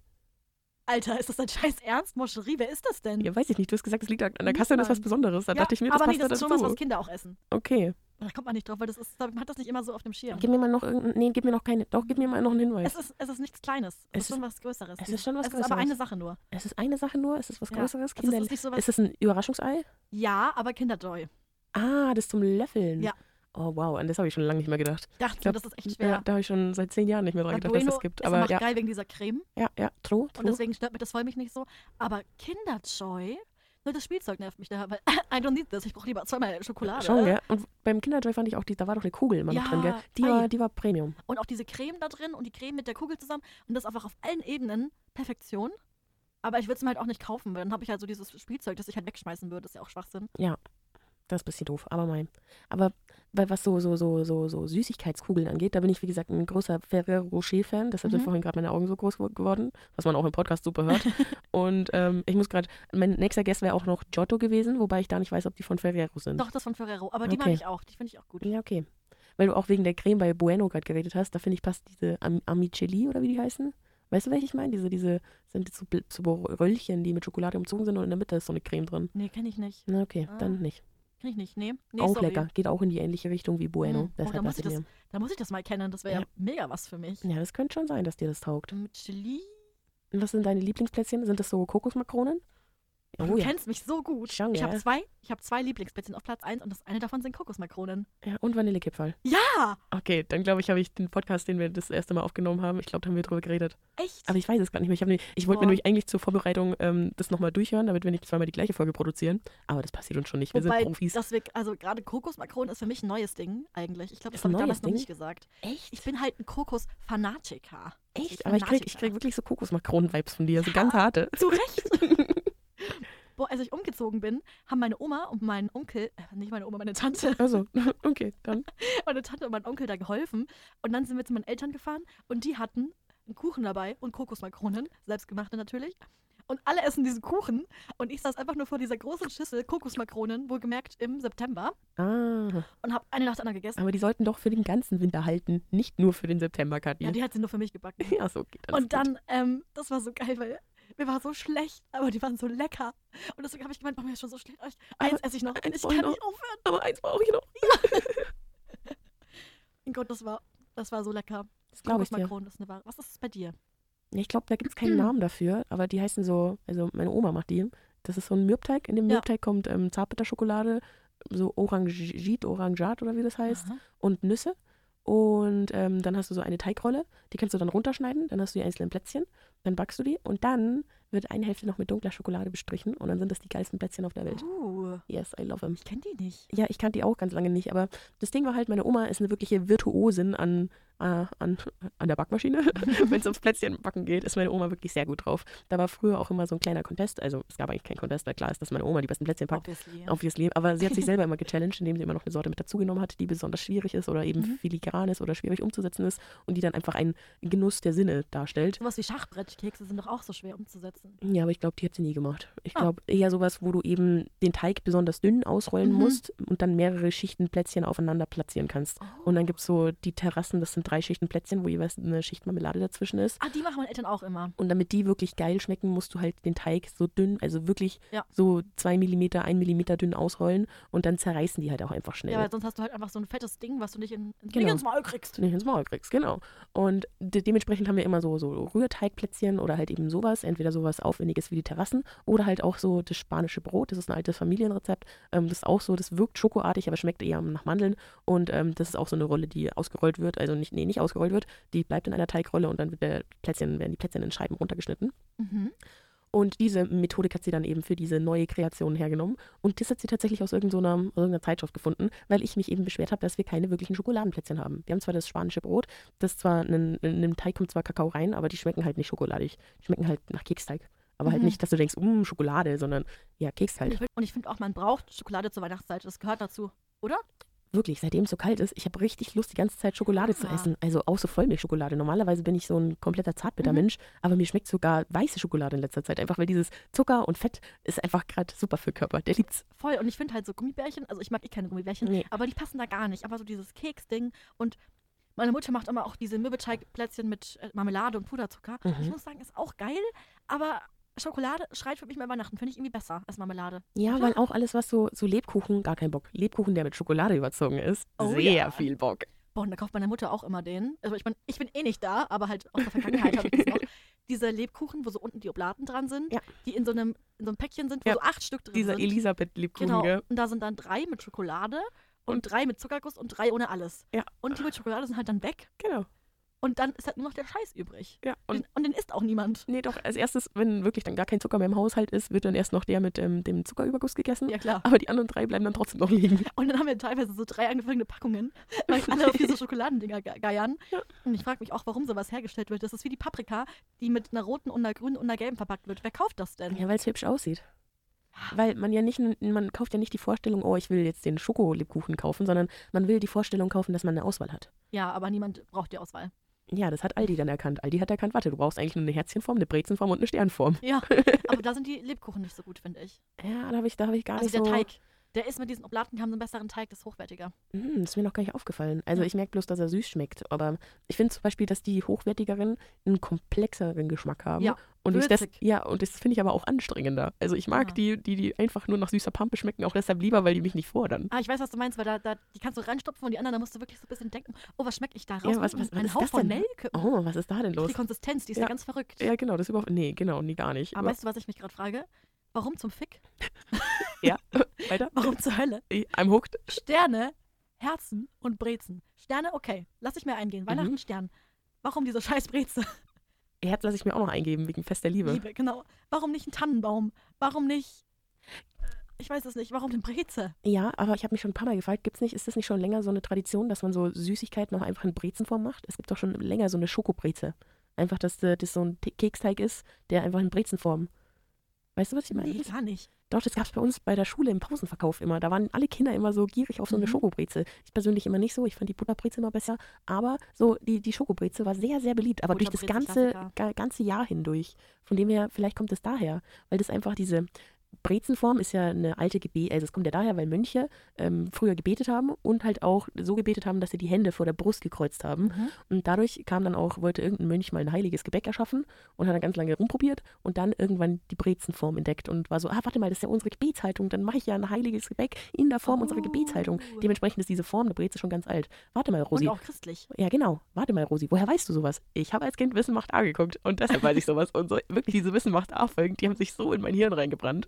[SPEAKER 1] Alter, ist das dein scheiß Ernst? Moscherie, wer ist das denn?
[SPEAKER 2] Ja, weiß ich nicht. Du hast gesagt, es liegt an der Kasse und ist was
[SPEAKER 1] Niemand.
[SPEAKER 2] Besonderes. Da
[SPEAKER 1] Hm. Ja,
[SPEAKER 2] dachte ich mir, das
[SPEAKER 1] aber
[SPEAKER 2] passt
[SPEAKER 1] nee, das
[SPEAKER 2] da
[SPEAKER 1] ist schon
[SPEAKER 2] dazu.
[SPEAKER 1] was, was Kinder auch essen.
[SPEAKER 2] okay.
[SPEAKER 1] Da kommt man nicht drauf, weil das ist, glaub ich, man hat das nicht immer so auf dem Schirm.
[SPEAKER 2] Gib mir mal noch irgendeinen. Nee, gib mir noch keine. Doch, gib mir mal noch einen
[SPEAKER 1] Es
[SPEAKER 2] Hinweis.
[SPEAKER 1] ist, es ist nichts Kleines. Es,
[SPEAKER 2] Es
[SPEAKER 1] ist schon was Größeres.
[SPEAKER 2] es ist schon was
[SPEAKER 1] Es ist aber
[SPEAKER 2] Größeres.
[SPEAKER 1] eine Sache nur.
[SPEAKER 2] Es ist eine Sache nur. Es ist was
[SPEAKER 1] Ja. Also
[SPEAKER 2] Größeres. Kinder.
[SPEAKER 1] es ist nicht so was.
[SPEAKER 2] ist es ein Überraschungsei?
[SPEAKER 1] Ja, aber Kinderjoy.
[SPEAKER 2] Ah, das zum Löffeln.
[SPEAKER 1] Ja.
[SPEAKER 2] Oh, wow. An das habe ich schon lange nicht mehr gedacht.
[SPEAKER 1] Ich dachte,
[SPEAKER 2] glaub,
[SPEAKER 1] das ist echt
[SPEAKER 2] Ja,
[SPEAKER 1] schwer.
[SPEAKER 2] da habe ich schon seit zehn Jahren nicht mehr dran
[SPEAKER 1] Weil
[SPEAKER 2] gedacht, dass es gibt.
[SPEAKER 1] ist
[SPEAKER 2] Aber
[SPEAKER 1] macht
[SPEAKER 2] ja,
[SPEAKER 1] geil wegen dieser Creme
[SPEAKER 2] ja, ja. True,
[SPEAKER 1] und
[SPEAKER 2] true.
[SPEAKER 1] deswegen stört mich das voll mich nicht so. Aber Kinderjoy, nur das Spielzeug nervt mich da, weil I don't need this. Ich brauche lieber zweimal Schokolade.
[SPEAKER 2] Schon, gell? Und beim Kinderjoy fand ich auch, die, da war doch eine Kugel immer noch
[SPEAKER 1] Ja,
[SPEAKER 2] drin, gell? Die
[SPEAKER 1] ei.
[SPEAKER 2] war, die war Premium.
[SPEAKER 1] Und auch diese Creme da drin und die Creme mit der Kugel zusammen und das einfach auf allen Ebenen Perfektion. Aber ich würde es mir halt auch nicht kaufen, weil dann habe ich halt so dieses Spielzeug, das ich halt wegschmeißen würde, ist ja auch Schwachsinn.
[SPEAKER 2] Hm. Das ist ein bisschen doof, aber mein. Aber weil was so, so, so, so, so Süßigkeitskugeln angeht, da bin ich, wie gesagt, ein großer Ferrero Rocher-Fan. Deshalb sind
[SPEAKER 1] Mhm.
[SPEAKER 2] vorhin gerade meine Augen so groß gewo- geworden, was man auch im Podcast super hört. Und ähm, ich muss gerade, mein nächster Guest wäre auch noch Giotto gewesen, wobei ich da nicht weiß, ob die von Ferrero sind.
[SPEAKER 1] Doch, das von Ferrero. Aber die mag
[SPEAKER 2] Okay.
[SPEAKER 1] ich auch. Die finde ich auch gut.
[SPEAKER 2] Ja, okay. Weil du auch wegen der Creme bei Bueno gerade geredet hast, da finde ich passt diese Am Amicelli oder wie die heißen. Weißt du, welche ich meine? Diese, diese sind so, Bl- so Röllchen, die mit Schokolade umzogen sind und in der Mitte ist so eine Creme drin.
[SPEAKER 1] Nee, kenne ich nicht.
[SPEAKER 2] Na, okay,
[SPEAKER 1] Ah.
[SPEAKER 2] dann nicht.
[SPEAKER 1] Krieg ich nicht, nee. nee
[SPEAKER 2] auch
[SPEAKER 1] sorry.
[SPEAKER 2] lecker. Geht auch in die ähnliche Richtung wie Bueno.
[SPEAKER 1] Mm. Oh,
[SPEAKER 2] Deshalb
[SPEAKER 1] da muss
[SPEAKER 2] lasse
[SPEAKER 1] ich
[SPEAKER 2] ich
[SPEAKER 1] das-
[SPEAKER 2] mir.
[SPEAKER 1] Da muss ich das mal kennen, das wäre ja.
[SPEAKER 2] Ja.
[SPEAKER 1] mega was für mich.
[SPEAKER 2] Ja, das könnte schon sein, dass dir das taugt.
[SPEAKER 1] Mit Chili?
[SPEAKER 2] Und was sind deine Lieblingsplätzchen? Sind das so Kokosmakronen?
[SPEAKER 1] du
[SPEAKER 2] Oh ja.
[SPEAKER 1] kennst mich so gut.
[SPEAKER 2] Schon,
[SPEAKER 1] ich habe
[SPEAKER 2] ja.
[SPEAKER 1] zwei, ich hab zwei Lieblingsplätzchen auf Platz 1 und das eine davon sind Kokosmakronen.
[SPEAKER 2] ja. Und Vanillekipferl.
[SPEAKER 1] Ja,
[SPEAKER 2] Okay, dann glaube ich, habe ich den Podcast, den wir das erste Mal aufgenommen haben, ich glaube, da haben wir drüber geredet.
[SPEAKER 1] echt.
[SPEAKER 2] Aber ich weiß es gar nicht mehr. Ich, hab nie- ich wollte
[SPEAKER 1] Boah.
[SPEAKER 2] mir nämlich eigentlich zur Vorbereitung ähm, das nochmal durchhören, damit wir nicht zweimal die gleiche Folge produzieren. Aber das passiert uns schon nicht. Wir
[SPEAKER 1] Wobei,
[SPEAKER 2] sind Profis.
[SPEAKER 1] dass wir, also gerade Kokosmakronen ist für mich ein neues Ding eigentlich. Ich glaube, das
[SPEAKER 2] Ist ein
[SPEAKER 1] habe ich damals
[SPEAKER 2] neues
[SPEAKER 1] noch
[SPEAKER 2] Ding?
[SPEAKER 1] nicht gesagt.
[SPEAKER 2] echt?
[SPEAKER 1] Ich bin halt ein Kokos-Fanatiker.
[SPEAKER 2] Echt?
[SPEAKER 1] bin
[SPEAKER 2] Aber ich krieg, ich
[SPEAKER 1] Fanatiker.
[SPEAKER 2] krieg wirklich so Kokosmakronen-Vibes von dir, so ganz harte.
[SPEAKER 1] Zu Recht. Boah, als ich umgezogen bin, haben meine Oma und mein Onkel, äh, nicht meine Oma, meine Tante,
[SPEAKER 2] Also, okay, dann.
[SPEAKER 1] meine Tante und mein Onkel da geholfen. Und dann sind wir zu meinen Eltern gefahren und die hatten einen Kuchen dabei und Kokosmakronen, selbstgemachte natürlich. Und alle essen diesen Kuchen. Und ich saß einfach nur vor dieser großen Schüssel Kokosmakronen, wohlgemerkt im September,
[SPEAKER 2] Ah,
[SPEAKER 1] und habe eine nach der anderen gegessen.
[SPEAKER 2] aber die sollten doch für den ganzen Winter halten, nicht nur für den September, Katja.
[SPEAKER 1] Ja, die hat sie nur für mich gebacken.
[SPEAKER 2] Ja, so geht das.
[SPEAKER 1] Und dann, ähm, das war so geil, weil mir war so schlecht, aber die waren so lecker. Und deswegen habe ich gemeint, oh, mir ist schon so schlecht. aber ich- Eins esse ich noch.
[SPEAKER 2] eins
[SPEAKER 1] Ich
[SPEAKER 2] wollen
[SPEAKER 1] kann
[SPEAKER 2] noch.
[SPEAKER 1] nicht aufhören.
[SPEAKER 2] Aber eins brauche ich noch.
[SPEAKER 1] Mein Gott, das war, das war so lecker.
[SPEAKER 2] Das glaube ich dir.
[SPEAKER 1] Kokosmakronen ist eine Ware. Was ist das bei dir?
[SPEAKER 2] Ja, Ich glaube, da gibt es
[SPEAKER 1] Hm.
[SPEAKER 2] keinen Namen dafür, aber die heißen so, also meine Oma macht die. Das ist so ein Mürbteig. In dem
[SPEAKER 1] Ja.
[SPEAKER 2] Mürbteig kommt ähm, Zartbitterschokolade, so Orangit, Orangat oder wie das heißt,
[SPEAKER 1] Aha.
[SPEAKER 2] und Nüsse. Und ähm, dann hast du so eine Teigrolle, die kannst du dann runterschneiden, dann hast du die einzelnen Plätzchen, dann backst du die und dann wird eine Hälfte noch mit dunkler Schokolade bestrichen und dann sind das die geilsten Plätzchen auf der Welt.
[SPEAKER 1] Uh,
[SPEAKER 2] Yes, I love them.
[SPEAKER 1] ich kenne die nicht.
[SPEAKER 2] Ja, ich kannte die auch ganz lange nicht, aber das Ding war halt, meine Oma ist eine wirkliche Virtuosin an, äh, an, an der Backmaschine. Wenn es ums Plätzchenbacken geht, ist meine Oma wirklich sehr gut drauf. Da war früher auch immer so ein kleiner Contest, also es gab eigentlich keinen Contest, weil klar ist, dass meine Oma die besten Plätzchen packt.
[SPEAKER 1] Obviously.
[SPEAKER 2] Obviously, aber sie hat sich selber immer gechallenged, indem sie immer noch eine Sorte mit dazugenommen hat, die besonders schwierig ist oder eben
[SPEAKER 1] Mhm.
[SPEAKER 2] filigran ist oder schwierig umzusetzen ist und die dann einfach einen Genuss der Sinne darstellt.
[SPEAKER 1] Sowas wie Schachbrettkekse sind doch auch so schwer umzusetzen.
[SPEAKER 2] Ja, aber ich glaube, die hat sie nie gemacht. Ich
[SPEAKER 1] Ah.
[SPEAKER 2] glaube eher sowas, wo du eben den Teig besonders dünn ausrollen
[SPEAKER 1] Mhm.
[SPEAKER 2] musst und dann mehrere Schichten Plätzchen aufeinander platzieren kannst. Und dann gibt es
[SPEAKER 1] Oh.
[SPEAKER 2] so die Terrassen, das sind drei Schichten Plätzchen, wo jeweils eine Schicht Marmelade dazwischen ist.
[SPEAKER 1] Ah, die machen meine Eltern auch immer.
[SPEAKER 2] Und damit die wirklich geil schmecken, musst du halt den Teig so dünn, also wirklich
[SPEAKER 1] Ja.
[SPEAKER 2] so zwei Millimeter, ein Millimeter dünn ausrollen und dann zerreißen die halt auch einfach schnell.
[SPEAKER 1] Ja, weil sonst hast du halt einfach so ein fettes Ding, was du nicht in, ins-
[SPEAKER 2] Genau.
[SPEAKER 1] nicht ins Maul kriegst.
[SPEAKER 2] nicht ins Maul kriegst, genau. Und de dementsprechend haben wir immer so, so Rührteigplätzchen oder halt eben sowas, entweder sowas Aufwendiges wie die Terrassen oder halt auch so das spanische Brot, das ist ein altes Familienrezept, ähm, das ist auch so, das wirkt schokoartig, aber schmeckt eher nach Mandeln und ähm, das ist auch so eine Rolle, die ausgerollt wird, also nicht, nee, nicht ausgerollt wird, die bleibt in einer Teigrolle und dann wird der Plätzchen, werden die Plätzchen in Scheiben runtergeschnitten.
[SPEAKER 1] Mhm.
[SPEAKER 2] Und diese Methodik hat sie dann eben für diese neue Kreation hergenommen. Und das hat sie tatsächlich aus irgendeiner, aus irgendeiner Zeitschrift gefunden, weil ich mich eben beschwert habe, dass wir keine wirklichen Schokoladenplätzchen haben. Wir haben zwar das spanische Brot, das zwar in, in dem Teig kommt zwar Kakao rein, aber die schmecken halt nicht schokoladig. Die schmecken halt nach Keksteig. Aber halt
[SPEAKER 1] Mhm.
[SPEAKER 2] nicht, dass du denkst, mm, Schokolade, sondern ja, Keks
[SPEAKER 1] Und
[SPEAKER 2] halt.
[SPEAKER 1] ich find- Und ich finde auch, man braucht Schokolade zur Weihnachtszeit. Das gehört dazu.
[SPEAKER 2] Wirklich, seitdem es so kalt ist, ich habe richtig Lust, die ganze Zeit Schokolade zu
[SPEAKER 1] Ah.
[SPEAKER 2] essen. Also auch so Vollmilchschokolade. Normalerweise bin ich so ein kompletter
[SPEAKER 1] Mhm.
[SPEAKER 2] Zartbittermensch, aber mir schmeckt sogar weiße Schokolade in letzter Zeit. Einfach weil dieses Zucker und Fett ist einfach gerade super für den Körper. Der liebt's.
[SPEAKER 1] Voll. Und ich finde halt so Gummibärchen, also ich mag eh keine Gummibärchen,
[SPEAKER 2] Nee.
[SPEAKER 1] aber die passen da gar nicht. Aber so dieses Keksding und meine Mutter macht immer auch diese Mürbeteigplätzchen mit äh, Marmelade und Puderzucker. Ich
[SPEAKER 2] Mhm.
[SPEAKER 1] muss sagen, ist auch geil, aber Schokolade schreit für mich mehr Weihnachten. Finde ich irgendwie besser als Marmelade.
[SPEAKER 2] Ja,
[SPEAKER 1] Oder?
[SPEAKER 2] weil auch alles, was so, so Lebkuchen, gar kein Bock. Lebkuchen, der mit Schokolade überzogen ist,
[SPEAKER 1] Oh
[SPEAKER 2] sehr
[SPEAKER 1] ja.
[SPEAKER 2] viel Bock.
[SPEAKER 1] Boah, und da kauft meine Mutter auch immer den. Also ich, mein, ich bin eh nicht da, aber halt aus der Vergangenheit habe ich das noch. Diese Lebkuchen, wo so unten die Oblaten dran sind,
[SPEAKER 2] Ja.
[SPEAKER 1] die in so einem, in so einem Päckchen sind, wo
[SPEAKER 2] Ja.
[SPEAKER 1] so acht Stück drin
[SPEAKER 2] Dieser
[SPEAKER 1] sind.
[SPEAKER 2] Elisabeth-Lebkuchen,
[SPEAKER 1] Genau.
[SPEAKER 2] gell?
[SPEAKER 1] Und da sind dann drei mit Schokolade und, drei mit Zuckerguss und drei ohne alles.
[SPEAKER 2] Ja.
[SPEAKER 1] Und die mit Schokolade sind halt dann weg
[SPEAKER 2] Genau. und
[SPEAKER 1] und dann ist halt nur noch der Scheiß übrig.
[SPEAKER 2] Ja, und
[SPEAKER 1] Und, und den isst auch niemand.
[SPEAKER 2] nee, doch, als erstes, wenn wirklich dann gar kein Zucker mehr im Haushalt ist, wird dann erst noch der mit ähm, dem Zuckerüberguss gegessen.
[SPEAKER 1] Ja, klar.
[SPEAKER 2] Aber die anderen drei bleiben dann trotzdem noch liegen.
[SPEAKER 1] Und dann haben wir teilweise so drei angefangene Packungen, weil alle auf diese Schokoladendinger ge- geiern.
[SPEAKER 2] Ja.
[SPEAKER 1] Und ich frage mich auch, warum sowas hergestellt wird. Das ist wie die Paprika, die mit einer roten und einer grünen und einer gelben verpackt wird. Wer kauft das denn?
[SPEAKER 2] Ja, Ah. weil es hübsch aussieht. Weil man ja nicht, man kauft ja nicht die Vorstellung, oh, ich will jetzt den Schokolebkuchen kaufen, sondern man will die Vorstellung kaufen, dass man eine Auswahl hat.
[SPEAKER 1] Ja, aber niemand braucht die Auswahl.
[SPEAKER 2] Ja, das hat Aldi dann erkannt. Aldi hat erkannt, warte, du brauchst eigentlich nur eine Herzchenform, eine Brezenform und eine Sternform.
[SPEAKER 1] Ja, aber da sind die Lebkuchen nicht so gut, finde ich.
[SPEAKER 2] Ja, da habe ich, da hab ich gar
[SPEAKER 1] Also
[SPEAKER 2] nicht
[SPEAKER 1] der
[SPEAKER 2] so...
[SPEAKER 1] Teig. Der ist mit diesen Oblaten, die haben so einen besseren Teig, das ist hochwertiger.
[SPEAKER 2] Hm, ist mir noch gar nicht aufgefallen. Also
[SPEAKER 1] Ja.
[SPEAKER 2] ich merke bloß, dass er süß schmeckt. Aber ich finde zum Beispiel, dass die hochwertigeren einen komplexeren Geschmack haben.
[SPEAKER 1] Ja,
[SPEAKER 2] und ich das,
[SPEAKER 1] würzig.
[SPEAKER 2] ja, und das finde ich aber auch anstrengender. Also ich mag
[SPEAKER 1] Ja.
[SPEAKER 2] die, die, die einfach nur nach süßer Pampe schmecken, auch deshalb lieber, weil die mich nicht fordern.
[SPEAKER 1] Ah, ich weiß, was du meinst, weil da, da die kannst du reinstopfen und die anderen, da musst du wirklich so ein bisschen denken, oh, was schmeckt ich da raus?
[SPEAKER 2] was-
[SPEAKER 1] Hm,
[SPEAKER 2] was- was
[SPEAKER 1] ein
[SPEAKER 2] ist
[SPEAKER 1] Hauch
[SPEAKER 2] das
[SPEAKER 1] von
[SPEAKER 2] denn?
[SPEAKER 1] Nelke.
[SPEAKER 2] Oh, was ist da denn los?
[SPEAKER 1] Die Konsistenz, die ist ja,
[SPEAKER 2] Ja.
[SPEAKER 1] ganz verrückt.
[SPEAKER 2] Ja, genau, das ist überhaupt. Nee, genau, nee, gar nicht.
[SPEAKER 1] Aber weißt du, was ich mich gerade frage? Warum zum Fick?
[SPEAKER 2] ja, weiter.
[SPEAKER 1] Warum zur Hölle?
[SPEAKER 2] I'm hooked.
[SPEAKER 1] Sterne, Herzen und Brezen. Sterne, okay, lass ich mir eingehen.
[SPEAKER 2] Mhm.
[SPEAKER 1] Weihnachten, Stern. Warum diese scheiß Breze?
[SPEAKER 2] Herz lasse ich mir auch noch eingeben, wegen Fest der Liebe.
[SPEAKER 1] Liebe, genau. Warum nicht ein Tannenbaum? Warum nicht. äh, Ich weiß es nicht. Warum denn Breze?
[SPEAKER 2] Ja, aber ich habe mich schon ein paar Mal gefragt, gibt's nicht, ist das nicht schon länger so eine Tradition, dass man so Süßigkeiten auch einfach in Brezenform macht? Es gibt doch schon länger so eine Schokobreze. Einfach, dass äh, das so ein Te- Keksteig ist, der einfach in Brezenform. Weißt du, was ich meine?
[SPEAKER 1] Nee, gar nicht.
[SPEAKER 2] Doch, das gab's bei uns bei der Schule im Pausenverkauf immer. Da waren alle Kinder immer so gierig auf so eine
[SPEAKER 1] Mhm.
[SPEAKER 2] Schokobreze. Ich persönlich immer nicht so. Ich fand die Butterbreze immer besser. Aber so die, die Schokobreze war sehr, sehr beliebt. Aber durch das
[SPEAKER 1] Butterbreze,
[SPEAKER 2] ganze, ga, ganze Jahr hindurch. Von dem her, vielleicht kommt es daher. Weil das einfach diese Brezenform ist ja eine alte Gebet. Also es kommt ja daher, weil Mönche ähm, früher gebetet haben und halt auch so gebetet haben, dass sie die Hände vor der Brust gekreuzt haben. Und dadurch kam dann auch, wollte irgendein Mönch mal ein heiliges Gebäck erschaffen und hat dann ganz lange rumprobiert und dann irgendwann die Brezenform entdeckt und war so, ah, warte mal, das ist ja unsere Gebetshaltung, dann mache ich ja ein heiliges Gebäck in der Form unserer
[SPEAKER 1] Oh.
[SPEAKER 2] Gebetshaltung. Dementsprechend ist diese Form der Breze schon ganz alt. Warte mal,
[SPEAKER 1] Und
[SPEAKER 2] Rosi.
[SPEAKER 1] auch christlich.
[SPEAKER 2] Ja, genau. Warte mal, Rosi, woher weißt du sowas? Ich habe als Kind Wissen macht A geguckt und deshalb weiß ich sowas. Und so, wirklich diese Wissen macht A-Folgen, die haben sich so in mein Hirn reingebrannt.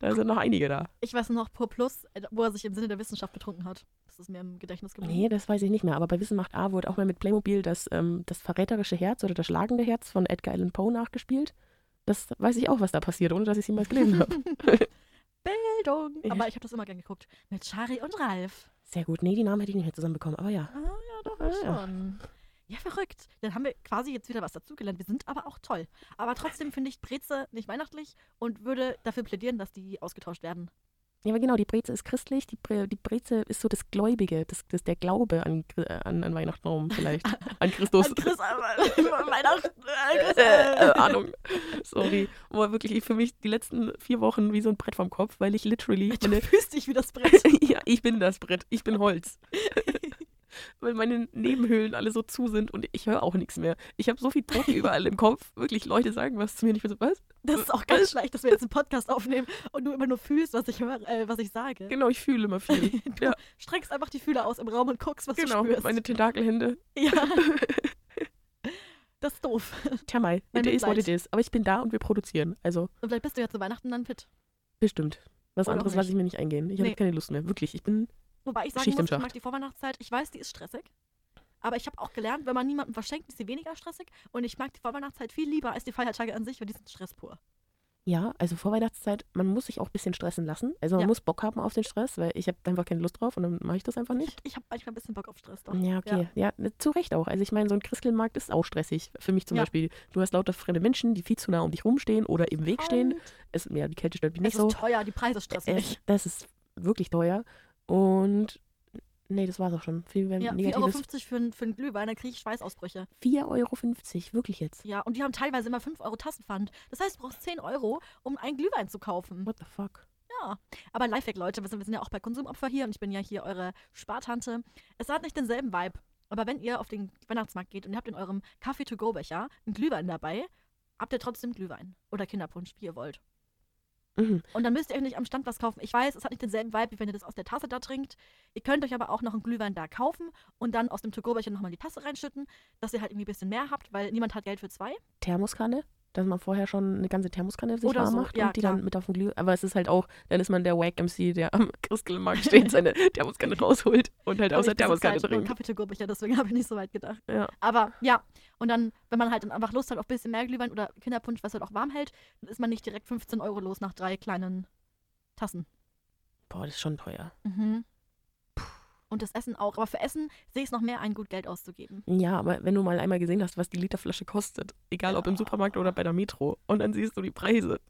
[SPEAKER 2] Da sind noch einige da.
[SPEAKER 1] Ich weiß nur noch Pur Plus, äh, wo er sich im Sinne der Wissenschaft betrunken hat. Das ist mir im Gedächtnis geblieben.
[SPEAKER 2] Nee, das weiß ich nicht mehr. Aber bei Wissen macht A wurde auch mal mit Playmobil das, ähm, das verräterische Herz oder das schlagende Herz von Edgar Allan Poe nachgespielt. Das weiß ich auch, was da passiert, ohne dass ich es jemals gelesen habe.
[SPEAKER 1] Bildung.
[SPEAKER 2] Ja.
[SPEAKER 1] Aber ich habe das immer gern geguckt. Mit Shari und Ralf.
[SPEAKER 2] Sehr gut. Nee, die Namen hätte ich nicht mehr zusammenbekommen. Aber ja.
[SPEAKER 1] Ah, ja, doch
[SPEAKER 2] Ah, ja.
[SPEAKER 1] schon. Ja, verrückt. Dann haben wir quasi jetzt wieder was dazugelernt. Wir sind aber auch toll. Aber trotzdem finde ich Breze nicht weihnachtlich und würde dafür plädieren, dass die ausgetauscht werden.
[SPEAKER 2] Ja, aber genau, die Breze ist christlich, die, Bre die Breze ist so das Gläubige, das, das der Glaube an, Gr- äh, an, an Weihnachten rum vielleicht. An Christus.
[SPEAKER 1] An Chris, aber- Weihnachten.
[SPEAKER 2] Äh,
[SPEAKER 1] äh, Chris,
[SPEAKER 2] äh,
[SPEAKER 1] äh.
[SPEAKER 2] Ahnung. Sorry. War wirklich für mich die letzten vier Wochen wie so ein Brett vom Kopf, weil ich literally
[SPEAKER 1] Du
[SPEAKER 2] meine
[SPEAKER 1] fühlst dich wie das Brett.
[SPEAKER 2] ja, ich bin das Brett. Ich bin Holz. Weil meine Nebenhöhlen alle so zu sind und ich höre auch nichts mehr. Ich habe so viel Dreck überall im Kopf. Wirklich, Leute sagen was zu mir. Und ich bin so, was?
[SPEAKER 1] Das ist auch ganz schlecht, dass wir jetzt einen Podcast aufnehmen und du immer nur fühlst, was ich, höre, äh, was ich sage.
[SPEAKER 2] Genau, ich fühle immer viel.
[SPEAKER 1] Du
[SPEAKER 2] Ja.
[SPEAKER 1] streckst einfach die Fühler aus im Raum und guckst, was
[SPEAKER 2] Genau,
[SPEAKER 1] du spürst.
[SPEAKER 2] meine Tentakelhände.
[SPEAKER 1] ja. Das ist doof.
[SPEAKER 2] Tamai,
[SPEAKER 1] Mein
[SPEAKER 2] it is what it
[SPEAKER 1] Mitleid.
[SPEAKER 2] is. Aber ich bin da und wir produzieren. Also,
[SPEAKER 1] Und vielleicht bist du ja zu Weihnachten dann fit.
[SPEAKER 2] bestimmt. Was
[SPEAKER 1] Oder auch
[SPEAKER 2] anderes
[SPEAKER 1] nicht.
[SPEAKER 2] lasse ich mir nicht eingehen. Ich habe
[SPEAKER 1] Nee.
[SPEAKER 2] keine Lust mehr. Wirklich, ich bin.
[SPEAKER 1] Wobei ich sagen
[SPEAKER 2] Schicht im
[SPEAKER 1] muss, ich
[SPEAKER 2] Schacht.
[SPEAKER 1] mag die Vorweihnachtszeit. Ich weiß, die ist stressig. Aber ich habe auch gelernt, wenn man niemanden verschenkt, ist sie weniger stressig. Und ich mag die Vorweihnachtszeit viel lieber als die Feiertage an sich, weil die sind Stress pur.
[SPEAKER 2] Ja, also vor Weihnachtszeit, man muss sich auch ein bisschen stressen lassen. Also, man
[SPEAKER 1] Ja.
[SPEAKER 2] muss Bock haben auf den Stress, weil ich habe einfach keine Lust drauf und dann mache ich das einfach nicht.
[SPEAKER 1] Ich habe manchmal ein bisschen Bock auf Stress. Doch.
[SPEAKER 2] Ja, okay. Ja. ne, zu Recht auch. Also ich meine, so ein Christkindlmarkt ist auch stressig. Für mich zum
[SPEAKER 1] Ja.
[SPEAKER 2] Beispiel. Du hast lauter fremde Menschen, die viel zu nah um dich rumstehen oder im Weg stehen.
[SPEAKER 1] Kalt.
[SPEAKER 2] Es, ja, die Kälte stört mich
[SPEAKER 1] Es
[SPEAKER 2] nicht
[SPEAKER 1] ist
[SPEAKER 2] so.
[SPEAKER 1] teuer, die Preise stressen
[SPEAKER 2] Es,
[SPEAKER 1] mich.
[SPEAKER 2] das ist wirklich teuer. Und nee, das war's auch schon. Viel
[SPEAKER 1] Ja,
[SPEAKER 2] ja,
[SPEAKER 1] 4,50 Euro
[SPEAKER 2] ähm, Negatives.
[SPEAKER 1] für, einen- für einen Glühwein, dann kriege ich Schweißausbrüche.
[SPEAKER 2] 4,50 Euro, wirklich jetzt.
[SPEAKER 1] Ja, und die haben teilweise immer 5 Euro Tassenpfand. Das heißt, du brauchst 10 Euro, um einen Glühwein zu kaufen.
[SPEAKER 2] What the fuck?
[SPEAKER 1] Aber Lifehack, Leute, wir sind, wir sind ja auch bei Konsumopfer hier und ich bin ja hier eure Spartante. Es hat nicht denselben Vibe. Aber wenn ihr auf den Weihnachtsmarkt geht und ihr habt in eurem Kaffee-to-go-Becher einen Glühwein dabei, habt ihr trotzdem Glühwein oder Kinderpunsch, wie ihr wollt.
[SPEAKER 2] Mhm.
[SPEAKER 1] Und dann müsst ihr euch nicht am Stand was kaufen. Ich weiß, es hat nicht denselben Vibe, wie wenn ihr das aus der Tasse da trinkt. Ihr könnt euch aber auch noch einen Glühwein da kaufen und dann aus dem To-Go-Becher nochmal in die Tasse reinschütten, dass ihr halt irgendwie ein bisschen mehr habt, weil niemand hat Geld für zwei.
[SPEAKER 2] Thermoskanne, dass man vorher schon eine ganze Thermoskanne sich
[SPEAKER 1] Oder
[SPEAKER 2] warm
[SPEAKER 1] so,
[SPEAKER 2] macht
[SPEAKER 1] ja,
[SPEAKER 2] und die
[SPEAKER 1] klar.
[SPEAKER 2] dann mit auf den Glüh. Aber es ist halt auch, dann ist man der Wack MC, der am Christkindlmarkt steht, seine Thermoskanne rausholt und halt
[SPEAKER 1] Aber
[SPEAKER 2] aus der
[SPEAKER 1] ich bin so
[SPEAKER 2] Thermoskanne
[SPEAKER 1] klein, ich bin
[SPEAKER 2] trinkt.
[SPEAKER 1] Kaffeeteegruppenbecher, deswegen habe ich nicht so weit gedacht.
[SPEAKER 2] Ja.
[SPEAKER 1] Aber ja, und dann, wenn man halt dann einfach Lust hat auf ein bisschen mehr Glühwein oder Kinderpunsch, was halt auch warm hält, dann ist man nicht direkt 15 Euro los nach drei kleinen Tassen.
[SPEAKER 2] Boah, das ist schon teuer.
[SPEAKER 1] Mhm. Und das Essen auch. Aber für Essen sehe ich es noch mehr ein, gut Geld auszugeben.
[SPEAKER 2] Ja, aber wenn du mal einmal gesehen hast, was die Literflasche kostet, egal ob im
[SPEAKER 1] Ja.
[SPEAKER 2] Supermarkt oder bei der Metro, und dann siehst du die Preise,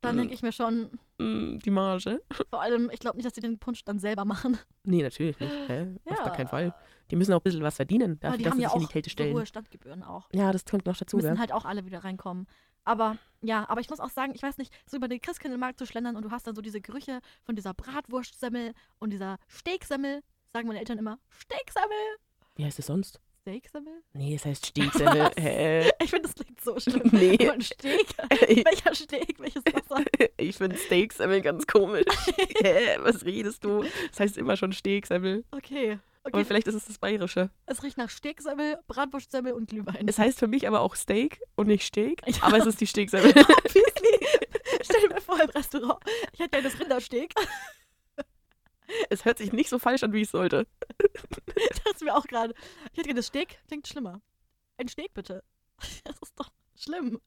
[SPEAKER 1] Dann
[SPEAKER 2] Mhm.
[SPEAKER 1] denke ich mir schon,
[SPEAKER 2] mm, die Marge.
[SPEAKER 1] vor allem, ich glaube nicht, dass die den Punsch dann selber machen.
[SPEAKER 2] Nee, natürlich nicht. Hä? Auf
[SPEAKER 1] Ja.
[SPEAKER 2] gar keinen Fall. Die müssen auch ein bisschen was verdienen,
[SPEAKER 1] Aber
[SPEAKER 2] dafür,
[SPEAKER 1] die
[SPEAKER 2] dass
[SPEAKER 1] haben
[SPEAKER 2] sie
[SPEAKER 1] ja
[SPEAKER 2] sich in Ah, die
[SPEAKER 1] auch
[SPEAKER 2] Kälte
[SPEAKER 1] so
[SPEAKER 2] stellen.
[SPEAKER 1] hohe Standgebühren auch.
[SPEAKER 2] ja, das kommt noch dazu,
[SPEAKER 1] müssen
[SPEAKER 2] gell?
[SPEAKER 1] halt auch alle wieder reinkommen. Aber ja, aber ich muss auch sagen, ich weiß nicht, so über den Christkindlmarkt zu schlendern und du hast dann so diese Gerüche von dieser Bratwurstsemmel und dieser Steaksemmel, sagen meine Eltern immer, Steaksemmel,
[SPEAKER 2] Wie heißt es sonst?
[SPEAKER 1] Steaksemmel.
[SPEAKER 2] Nee, es heißt Steaksemmel. Hä?
[SPEAKER 1] Ich finde, das klingt so schlimm.
[SPEAKER 2] Nee.
[SPEAKER 1] Von Steak. Welcher Steak, welches Wasser?
[SPEAKER 2] ich finde Steaksemmel ganz komisch. Hä? Was redest du? Das heißt immer schon Steaksemmel.
[SPEAKER 1] Okay.
[SPEAKER 2] Aber
[SPEAKER 1] Okay,
[SPEAKER 2] vielleicht ist es das Bayerische.
[SPEAKER 1] es riecht nach Steaksemmel, Bratwurstsemmel und Glühwein.
[SPEAKER 2] Es heißt für mich aber auch Steak und nicht Steak,
[SPEAKER 1] Ja.
[SPEAKER 2] aber es ist die Steaksemmel.
[SPEAKER 1] Stell dir mal vor, im Restaurant, ich hätte gerne das Rindersteak.
[SPEAKER 2] es hört sich nicht so falsch an, wie es sollte.
[SPEAKER 1] dachte mir auch gerade, ich hätte gerne das Steak, klingt schlimmer. Ein Steak bitte. Das ist doch schlimm.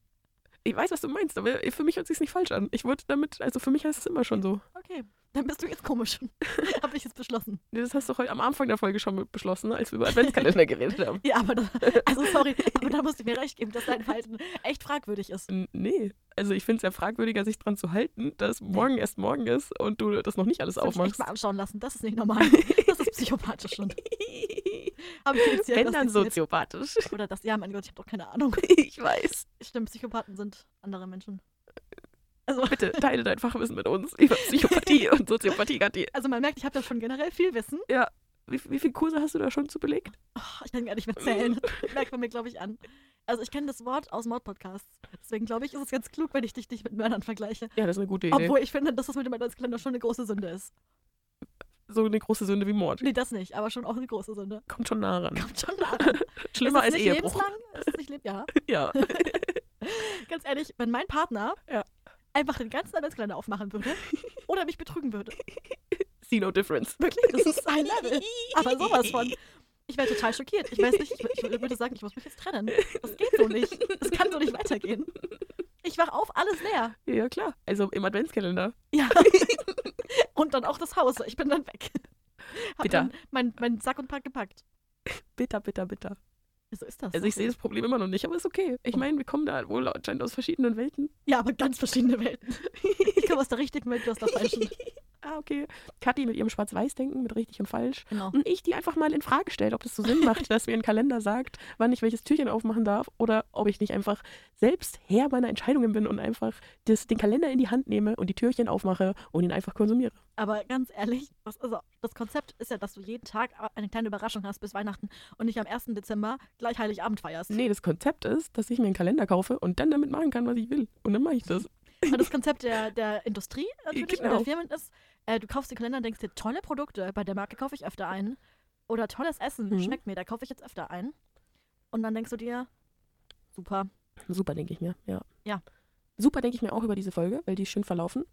[SPEAKER 2] Ich weiß, was du meinst, aber für mich hört sich nicht falsch an. Ich würde damit, also für mich heißt es immer schon so.
[SPEAKER 1] Okay, dann bist du jetzt komisch. Habe ich jetzt beschlossen.
[SPEAKER 2] Das hast du heute am Anfang der Folge schon mit beschlossen, als wir über Adventskalender geredet haben.
[SPEAKER 1] Ja, aber da, also sorry, aber da musst du mir recht geben, dass dein Verhalten echt fragwürdig ist.
[SPEAKER 2] N- Nee. Also ich finde es ja fragwürdiger, sich dran zu halten, dass morgen erst morgen ist und du das noch nicht alles
[SPEAKER 1] Das hab ich echt
[SPEAKER 2] aufmachst.
[SPEAKER 1] mal anschauen lassen. Das ist nicht normal. Das ist psychopathisch schon. Hab ich jetzt hier
[SPEAKER 2] Wenn dann
[SPEAKER 1] diagnostiziert.
[SPEAKER 2] soziopathisch.
[SPEAKER 1] Oder das, ja, mein Gott, ich habe doch keine Ahnung.
[SPEAKER 2] Ich weiß.
[SPEAKER 1] Stimmt, Psychopathen sind andere Menschen. Also,
[SPEAKER 2] Bitte teile dein Fachwissen mit uns über Psychopathie und Soziopathie, Gatti.
[SPEAKER 1] Also man merkt, ich habe da schon generell viel Wissen.
[SPEAKER 2] Wie, wie viele Kurse hast du da schon zu belegt?
[SPEAKER 1] Oh, ich kann gar nicht mehr zählen. Merkt man mir, glaube ich, an. Also ich kenne das Wort aus Mordpodcasts. Deswegen glaube ich, ist es ganz klug, wenn ich dich nicht mit Mördern vergleiche.
[SPEAKER 2] Ja, das ist eine gute Idee.
[SPEAKER 1] Obwohl ich finde, dass das mit dem Adventskalender schon eine große Sünde ist.
[SPEAKER 2] so eine große Sünde wie Mord.
[SPEAKER 1] Nee, das nicht, aber schon auch eine große Sünde.
[SPEAKER 2] Kommt schon nah ran.
[SPEAKER 1] Kommt schon nah ran.
[SPEAKER 2] Schlimmer
[SPEAKER 1] ist es
[SPEAKER 2] als
[SPEAKER 1] nicht
[SPEAKER 2] Ehebruch.
[SPEAKER 1] lebenslang? Ist es nicht leb ja.
[SPEAKER 2] Ja.
[SPEAKER 1] Ganz ehrlich, wenn mein Partner
[SPEAKER 2] Ja.
[SPEAKER 1] einfach den ganzen Adventskalender aufmachen würde oder mich betrügen würde.
[SPEAKER 2] See no difference.
[SPEAKER 1] Wirklich, das ist ein Level. Aber sowas von. Ich wäre total schockiert. Ich weiß nicht, ich, wür- ich wür- würde sagen, ich muss mich jetzt trennen. Das geht so nicht. Das kann so nicht weitergehen. Ich wach auf, alles leer.
[SPEAKER 2] Ja, klar. Also im Adventskalender.
[SPEAKER 1] Ja. Und dann auch das Haus. Ich bin dann weg. Hab
[SPEAKER 2] Bitter.
[SPEAKER 1] dann meinen mein Sack und Pack gepackt.
[SPEAKER 2] Bitter, bitter, bitter.
[SPEAKER 1] So ist das.
[SPEAKER 2] Also ich sehe das Problem immer noch nicht, aber ist okay. Ich meine, wir kommen da wohl anscheinend aus verschiedenen Welten.
[SPEAKER 1] Ja, aber ganz verschiedene Welten. Ich komme aus der richtigen Welt, du aus der falschen.
[SPEAKER 2] Ah, okay. Kathi mit ihrem Schwarz-Weiß-Denken, mit richtig und falsch.
[SPEAKER 1] Genau.
[SPEAKER 2] Und ich, die einfach mal in Frage stellt, ob das so Sinn macht, dass mir ein Kalender sagt, wann ich welches Türchen aufmachen darf oder ob ich nicht einfach selbst Herr meiner Entscheidungen bin und einfach das, den Kalender in die Hand nehme und die Türchen aufmache und ihn einfach konsumiere.
[SPEAKER 1] Aber ganz ehrlich, das, also das Konzept ist ja, dass du jeden Tag eine kleine Überraschung hast bis Weihnachten und nicht am 1. Dezember gleich Heiligabend feierst.
[SPEAKER 2] Nee, das Konzept ist, dass ich mir einen Kalender kaufe und dann damit machen kann, was ich will. Und dann mache ich das.
[SPEAKER 1] Aber das Konzept der, der Industrie natürlich
[SPEAKER 2] Genau.
[SPEAKER 1] und der Firmen ist, äh, du kaufst den Kalender und denkst dir, tolle Produkte, bei der Marke kaufe ich öfter ein. Oder tolles Essen,
[SPEAKER 2] Mhm.
[SPEAKER 1] schmeckt mir, da kaufe ich jetzt öfter ein. Und dann denkst du dir, super.
[SPEAKER 2] Super, denke ich mir, ja.
[SPEAKER 1] Ja.
[SPEAKER 2] Super, denke ich mir auch über diese Folge, weil die ist schön verlaufen.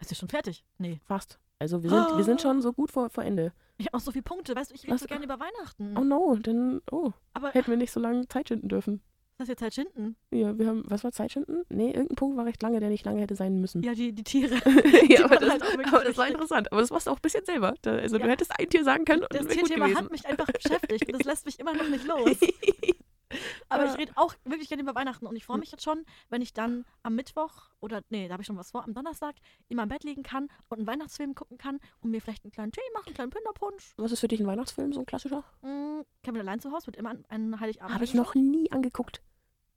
[SPEAKER 1] Ist ja schon fertig. Nee.
[SPEAKER 2] Fast. Also wir sind,
[SPEAKER 1] Oh.
[SPEAKER 2] wir sind schon so gut vor, vor Ende.
[SPEAKER 1] Ich habe auch so viele Punkte. Weißt du, ich rede
[SPEAKER 2] Was?
[SPEAKER 1] so gerne über Weihnachten.
[SPEAKER 2] Oh no, dann, oh,
[SPEAKER 1] aber
[SPEAKER 2] hätten wir nicht so lange Zeit schinden dürfen.
[SPEAKER 1] das ist jetzt halt hinten.
[SPEAKER 2] Ja, wir haben, was war Zeit schinden? Nee, irgendein Punkt war recht lange, der nicht lange hätte sein müssen.
[SPEAKER 1] Ja, die, die Tiere.
[SPEAKER 2] ja, aber
[SPEAKER 1] waren
[SPEAKER 2] das,
[SPEAKER 1] halt auch wirklich
[SPEAKER 2] aber das war
[SPEAKER 1] richtig.
[SPEAKER 2] interessant. Aber das machst du auch ein bisschen selber. Da, also
[SPEAKER 1] Ja.
[SPEAKER 2] du hättest ein Tier sagen können und
[SPEAKER 1] Das
[SPEAKER 2] das wäre gut
[SPEAKER 1] Tierthema hat
[SPEAKER 2] gewesen.
[SPEAKER 1] mich einfach beschäftigt und das lässt mich immer noch nicht los. Aber ich rede auch wirklich gerne über Weihnachten und ich
[SPEAKER 2] Hm.
[SPEAKER 1] freue mich jetzt schon, wenn ich dann am Mittwoch oder nee, da habe ich schon was vor, am Donnerstag immer im Bett liegen kann und einen Weihnachtsfilm gucken kann und mir vielleicht einen kleinen Tee machen, einen kleinen Pinderpunsch.
[SPEAKER 2] Was ist für dich ein Weihnachtsfilm, so ein klassischer?
[SPEAKER 1] Mhm. Kevin allein zu Hause wird immer an- an Heiligabend.
[SPEAKER 2] Habe ich noch nie angeguckt.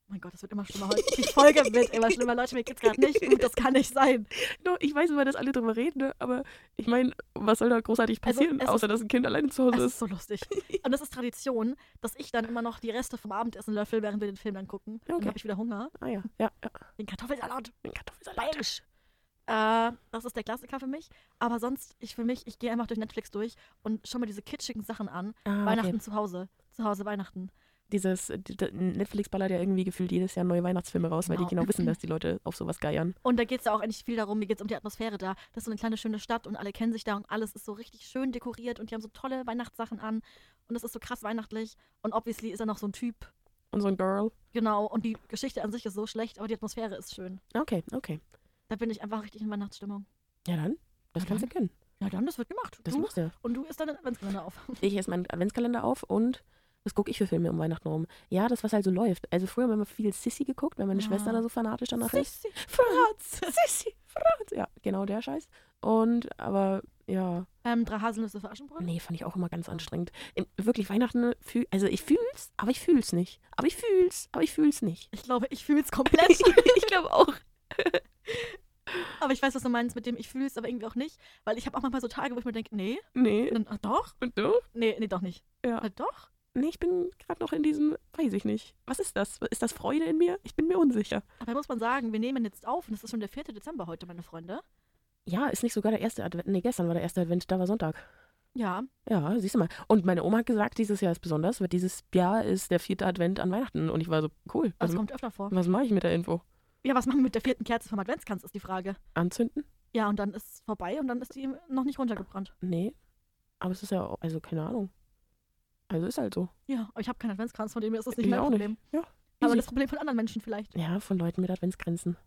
[SPEAKER 1] Oh mein Gott, das wird immer schlimmer heute. Die Folge wird immer schlimmer. Leute, mir geht's gerade nicht gut, das kann nicht sein.
[SPEAKER 2] No, Genau, ich weiß immer, dass alle drüber reden, ne? aber ich meine, was soll da großartig
[SPEAKER 1] Also,
[SPEAKER 2] passieren,
[SPEAKER 1] es
[SPEAKER 2] außer dass ein Kind alleine zu
[SPEAKER 1] Es
[SPEAKER 2] Hause
[SPEAKER 1] ist
[SPEAKER 2] ist?
[SPEAKER 1] so lustig. Und das ist Tradition, dass ich dann immer noch die Reste vom Abendessen löffel, während wir den Film dann gucken. Dann
[SPEAKER 2] Okay.
[SPEAKER 1] habe ich wieder Hunger.
[SPEAKER 2] Ah ja, ja, ja.
[SPEAKER 1] Den Kartoffelsalat.
[SPEAKER 2] Ein Kartoffelsalat.
[SPEAKER 1] bayerisch. Äh, das ist der Klassiker für mich. Aber sonst, ich für mich, ich gehe einfach durch Netflix durch und schau mir diese kitschigen Sachen an.
[SPEAKER 2] Ah,
[SPEAKER 1] Weihnachten zu Hause. Zu Hause Weihnachten.
[SPEAKER 2] Dieses äh, die- die- Netflix ballert ja irgendwie gefühlt jedes Jahr neue Weihnachtsfilme raus, weil
[SPEAKER 1] Genau.
[SPEAKER 2] die genau wissen, dass die Leute auf sowas geiern.
[SPEAKER 1] Und da geht es ja auch eigentlich viel darum, mir geht es um die Atmosphäre da. Das ist so eine kleine schöne Stadt und alle kennen sich da und alles ist so richtig schön dekoriert und die haben so tolle Weihnachtssachen an. Und das ist so krass weihnachtlich. Und obviously ist er noch so ein Typ.
[SPEAKER 2] Und so ein Girl.
[SPEAKER 1] Genau. Und die Geschichte an sich ist so schlecht, aber die Atmosphäre ist schön.
[SPEAKER 2] Okay, okay.
[SPEAKER 1] Da bin ich einfach richtig in Weihnachtsstimmung.
[SPEAKER 2] Ja dann, das
[SPEAKER 1] Na
[SPEAKER 2] kannst du können.
[SPEAKER 1] Ja, dann, das wird gemacht.
[SPEAKER 2] Das
[SPEAKER 1] du,
[SPEAKER 2] machst Mhm. du.
[SPEAKER 1] und du isst dann den Adventskalender auf.
[SPEAKER 2] ich esse meinen Adventskalender auf und was gucke ich für Filme um Weihnachten rum? Ja, das, was halt so läuft. Also früher haben wir viel Sissy geguckt, weil meine
[SPEAKER 1] Ja.
[SPEAKER 2] Schwester da so fanatisch danach ist.
[SPEAKER 1] Sissi.
[SPEAKER 2] Franz! Sissy! Franz! Ja, genau der Scheiß. Und, aber ja.
[SPEAKER 1] Ähm, drei Haselnüsse für Aschenbrödel?
[SPEAKER 2] Nee, fand ich auch immer ganz anstrengend. Im- Wirklich, Weihnachten, fühl, also ich fühl's, aber ich fühl's nicht. Aber ich fühl's, aber ich fühl's nicht.
[SPEAKER 1] Ich glaube, ich fühle es komplett.
[SPEAKER 2] ich glaube auch.
[SPEAKER 1] aber ich weiß, was du meinst mit dem, ich fühle es aber irgendwie auch nicht. Weil ich habe auch manchmal so Tage, wo ich mir denke, nee,
[SPEAKER 2] Nee.
[SPEAKER 1] dann, ach doch?
[SPEAKER 2] Und du?
[SPEAKER 1] Nee, nee, doch nicht.
[SPEAKER 2] Ja.
[SPEAKER 1] Ah, doch?
[SPEAKER 2] Nee, ich bin gerade noch in diesem, weiß ich nicht. Was ist das? Ist das Freude in mir? Ich bin mir unsicher.
[SPEAKER 1] Aber muss man sagen, wir nehmen jetzt auf und es ist schon der 4. Dezember heute, meine Freunde.
[SPEAKER 2] Ja, ist nicht sogar der erste Advent. Nee, gestern war der erste Advent, da war Sonntag.
[SPEAKER 1] Ja, also
[SPEAKER 2] Ja, siehst du mal. Und meine Oma hat gesagt, dieses Jahr ist besonders, weil dieses Jahr ist der vierte Advent an Weihnachten. Und ich war so, cool.
[SPEAKER 1] das
[SPEAKER 2] Was,
[SPEAKER 1] kommt öfter vor.
[SPEAKER 2] was mache ich mit der Info?
[SPEAKER 1] Ja, was machen wir mit der vierten Kerze vom Adventskranz, ist die Frage.
[SPEAKER 2] Anzünden?
[SPEAKER 1] Ja, und dann ist es vorbei und dann ist die noch nicht runtergebrannt.
[SPEAKER 2] Nee. Aber es ist ja, auch- also keine Ahnung. Also ist halt so.
[SPEAKER 1] Ja, aber ich habe keinen Adventskranz, von dem her ist das nicht
[SPEAKER 2] Ich
[SPEAKER 1] mein
[SPEAKER 2] auch
[SPEAKER 1] Problem.
[SPEAKER 2] nicht. Ja.
[SPEAKER 1] Aber
[SPEAKER 2] Easy.
[SPEAKER 1] das Problem von anderen Menschen vielleicht.
[SPEAKER 2] Ja, von Leuten mit Adventsgrenzen.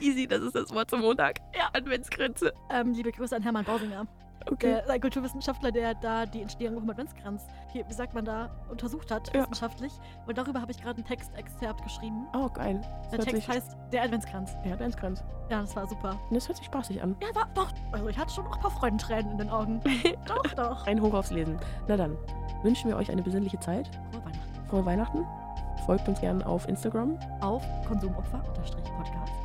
[SPEAKER 2] Easy, das ist das Wort zum Montag. Ja, Adventsgrenze.
[SPEAKER 1] Ähm, liebe Grüße an Hermann Bausinger,
[SPEAKER 2] Okay.
[SPEAKER 1] der, ein Kulturwissenschaftler, der da die Entstehung vom Adventskranz, hier, wie sagt man da, untersucht hat,
[SPEAKER 2] Ja.
[SPEAKER 1] wissenschaftlich. Und darüber habe ich gerade einen Textexzerpt geschrieben.
[SPEAKER 2] Oh, geil.
[SPEAKER 1] Der
[SPEAKER 2] hört
[SPEAKER 1] Text
[SPEAKER 2] sich-
[SPEAKER 1] heißt Der Adventskranz.
[SPEAKER 2] Der Adventskranz.
[SPEAKER 1] Ja, das war super.
[SPEAKER 2] Das hört sich spaßig an.
[SPEAKER 1] Ja, war doch. Also ich hatte schon auch ein paar Freudentränen in den Augen. doch, doch.
[SPEAKER 2] Ein Hoch aufs Lesen. Na dann, wünschen wir euch eine besinnliche Zeit.
[SPEAKER 1] Frohe Weihnachten.
[SPEAKER 2] Frohe Weihnachten. Folgt uns gerne auf Instagram.
[SPEAKER 1] Auf Konsumopfer-Podcast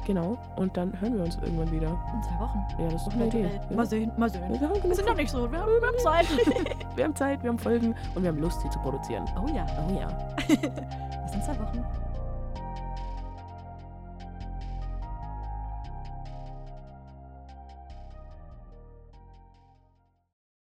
[SPEAKER 2] Genau. Und dann hören wir uns irgendwann wieder.
[SPEAKER 1] in zwei Wochen.
[SPEAKER 2] Ja, das ist doch eine Idee.
[SPEAKER 1] Eventuell.
[SPEAKER 2] Ja.
[SPEAKER 1] Mal sehen, mal sehen.
[SPEAKER 2] Wir haben,
[SPEAKER 1] Wir
[SPEAKER 2] genug
[SPEAKER 1] sind noch nicht so, wir haben, wir haben Zeit.
[SPEAKER 2] Zeit. wir haben Zeit, wir haben Folgen und wir haben Lust, sie zu produzieren.
[SPEAKER 1] oh ja,
[SPEAKER 2] Oh ja.
[SPEAKER 1] bis in zwei Wochen.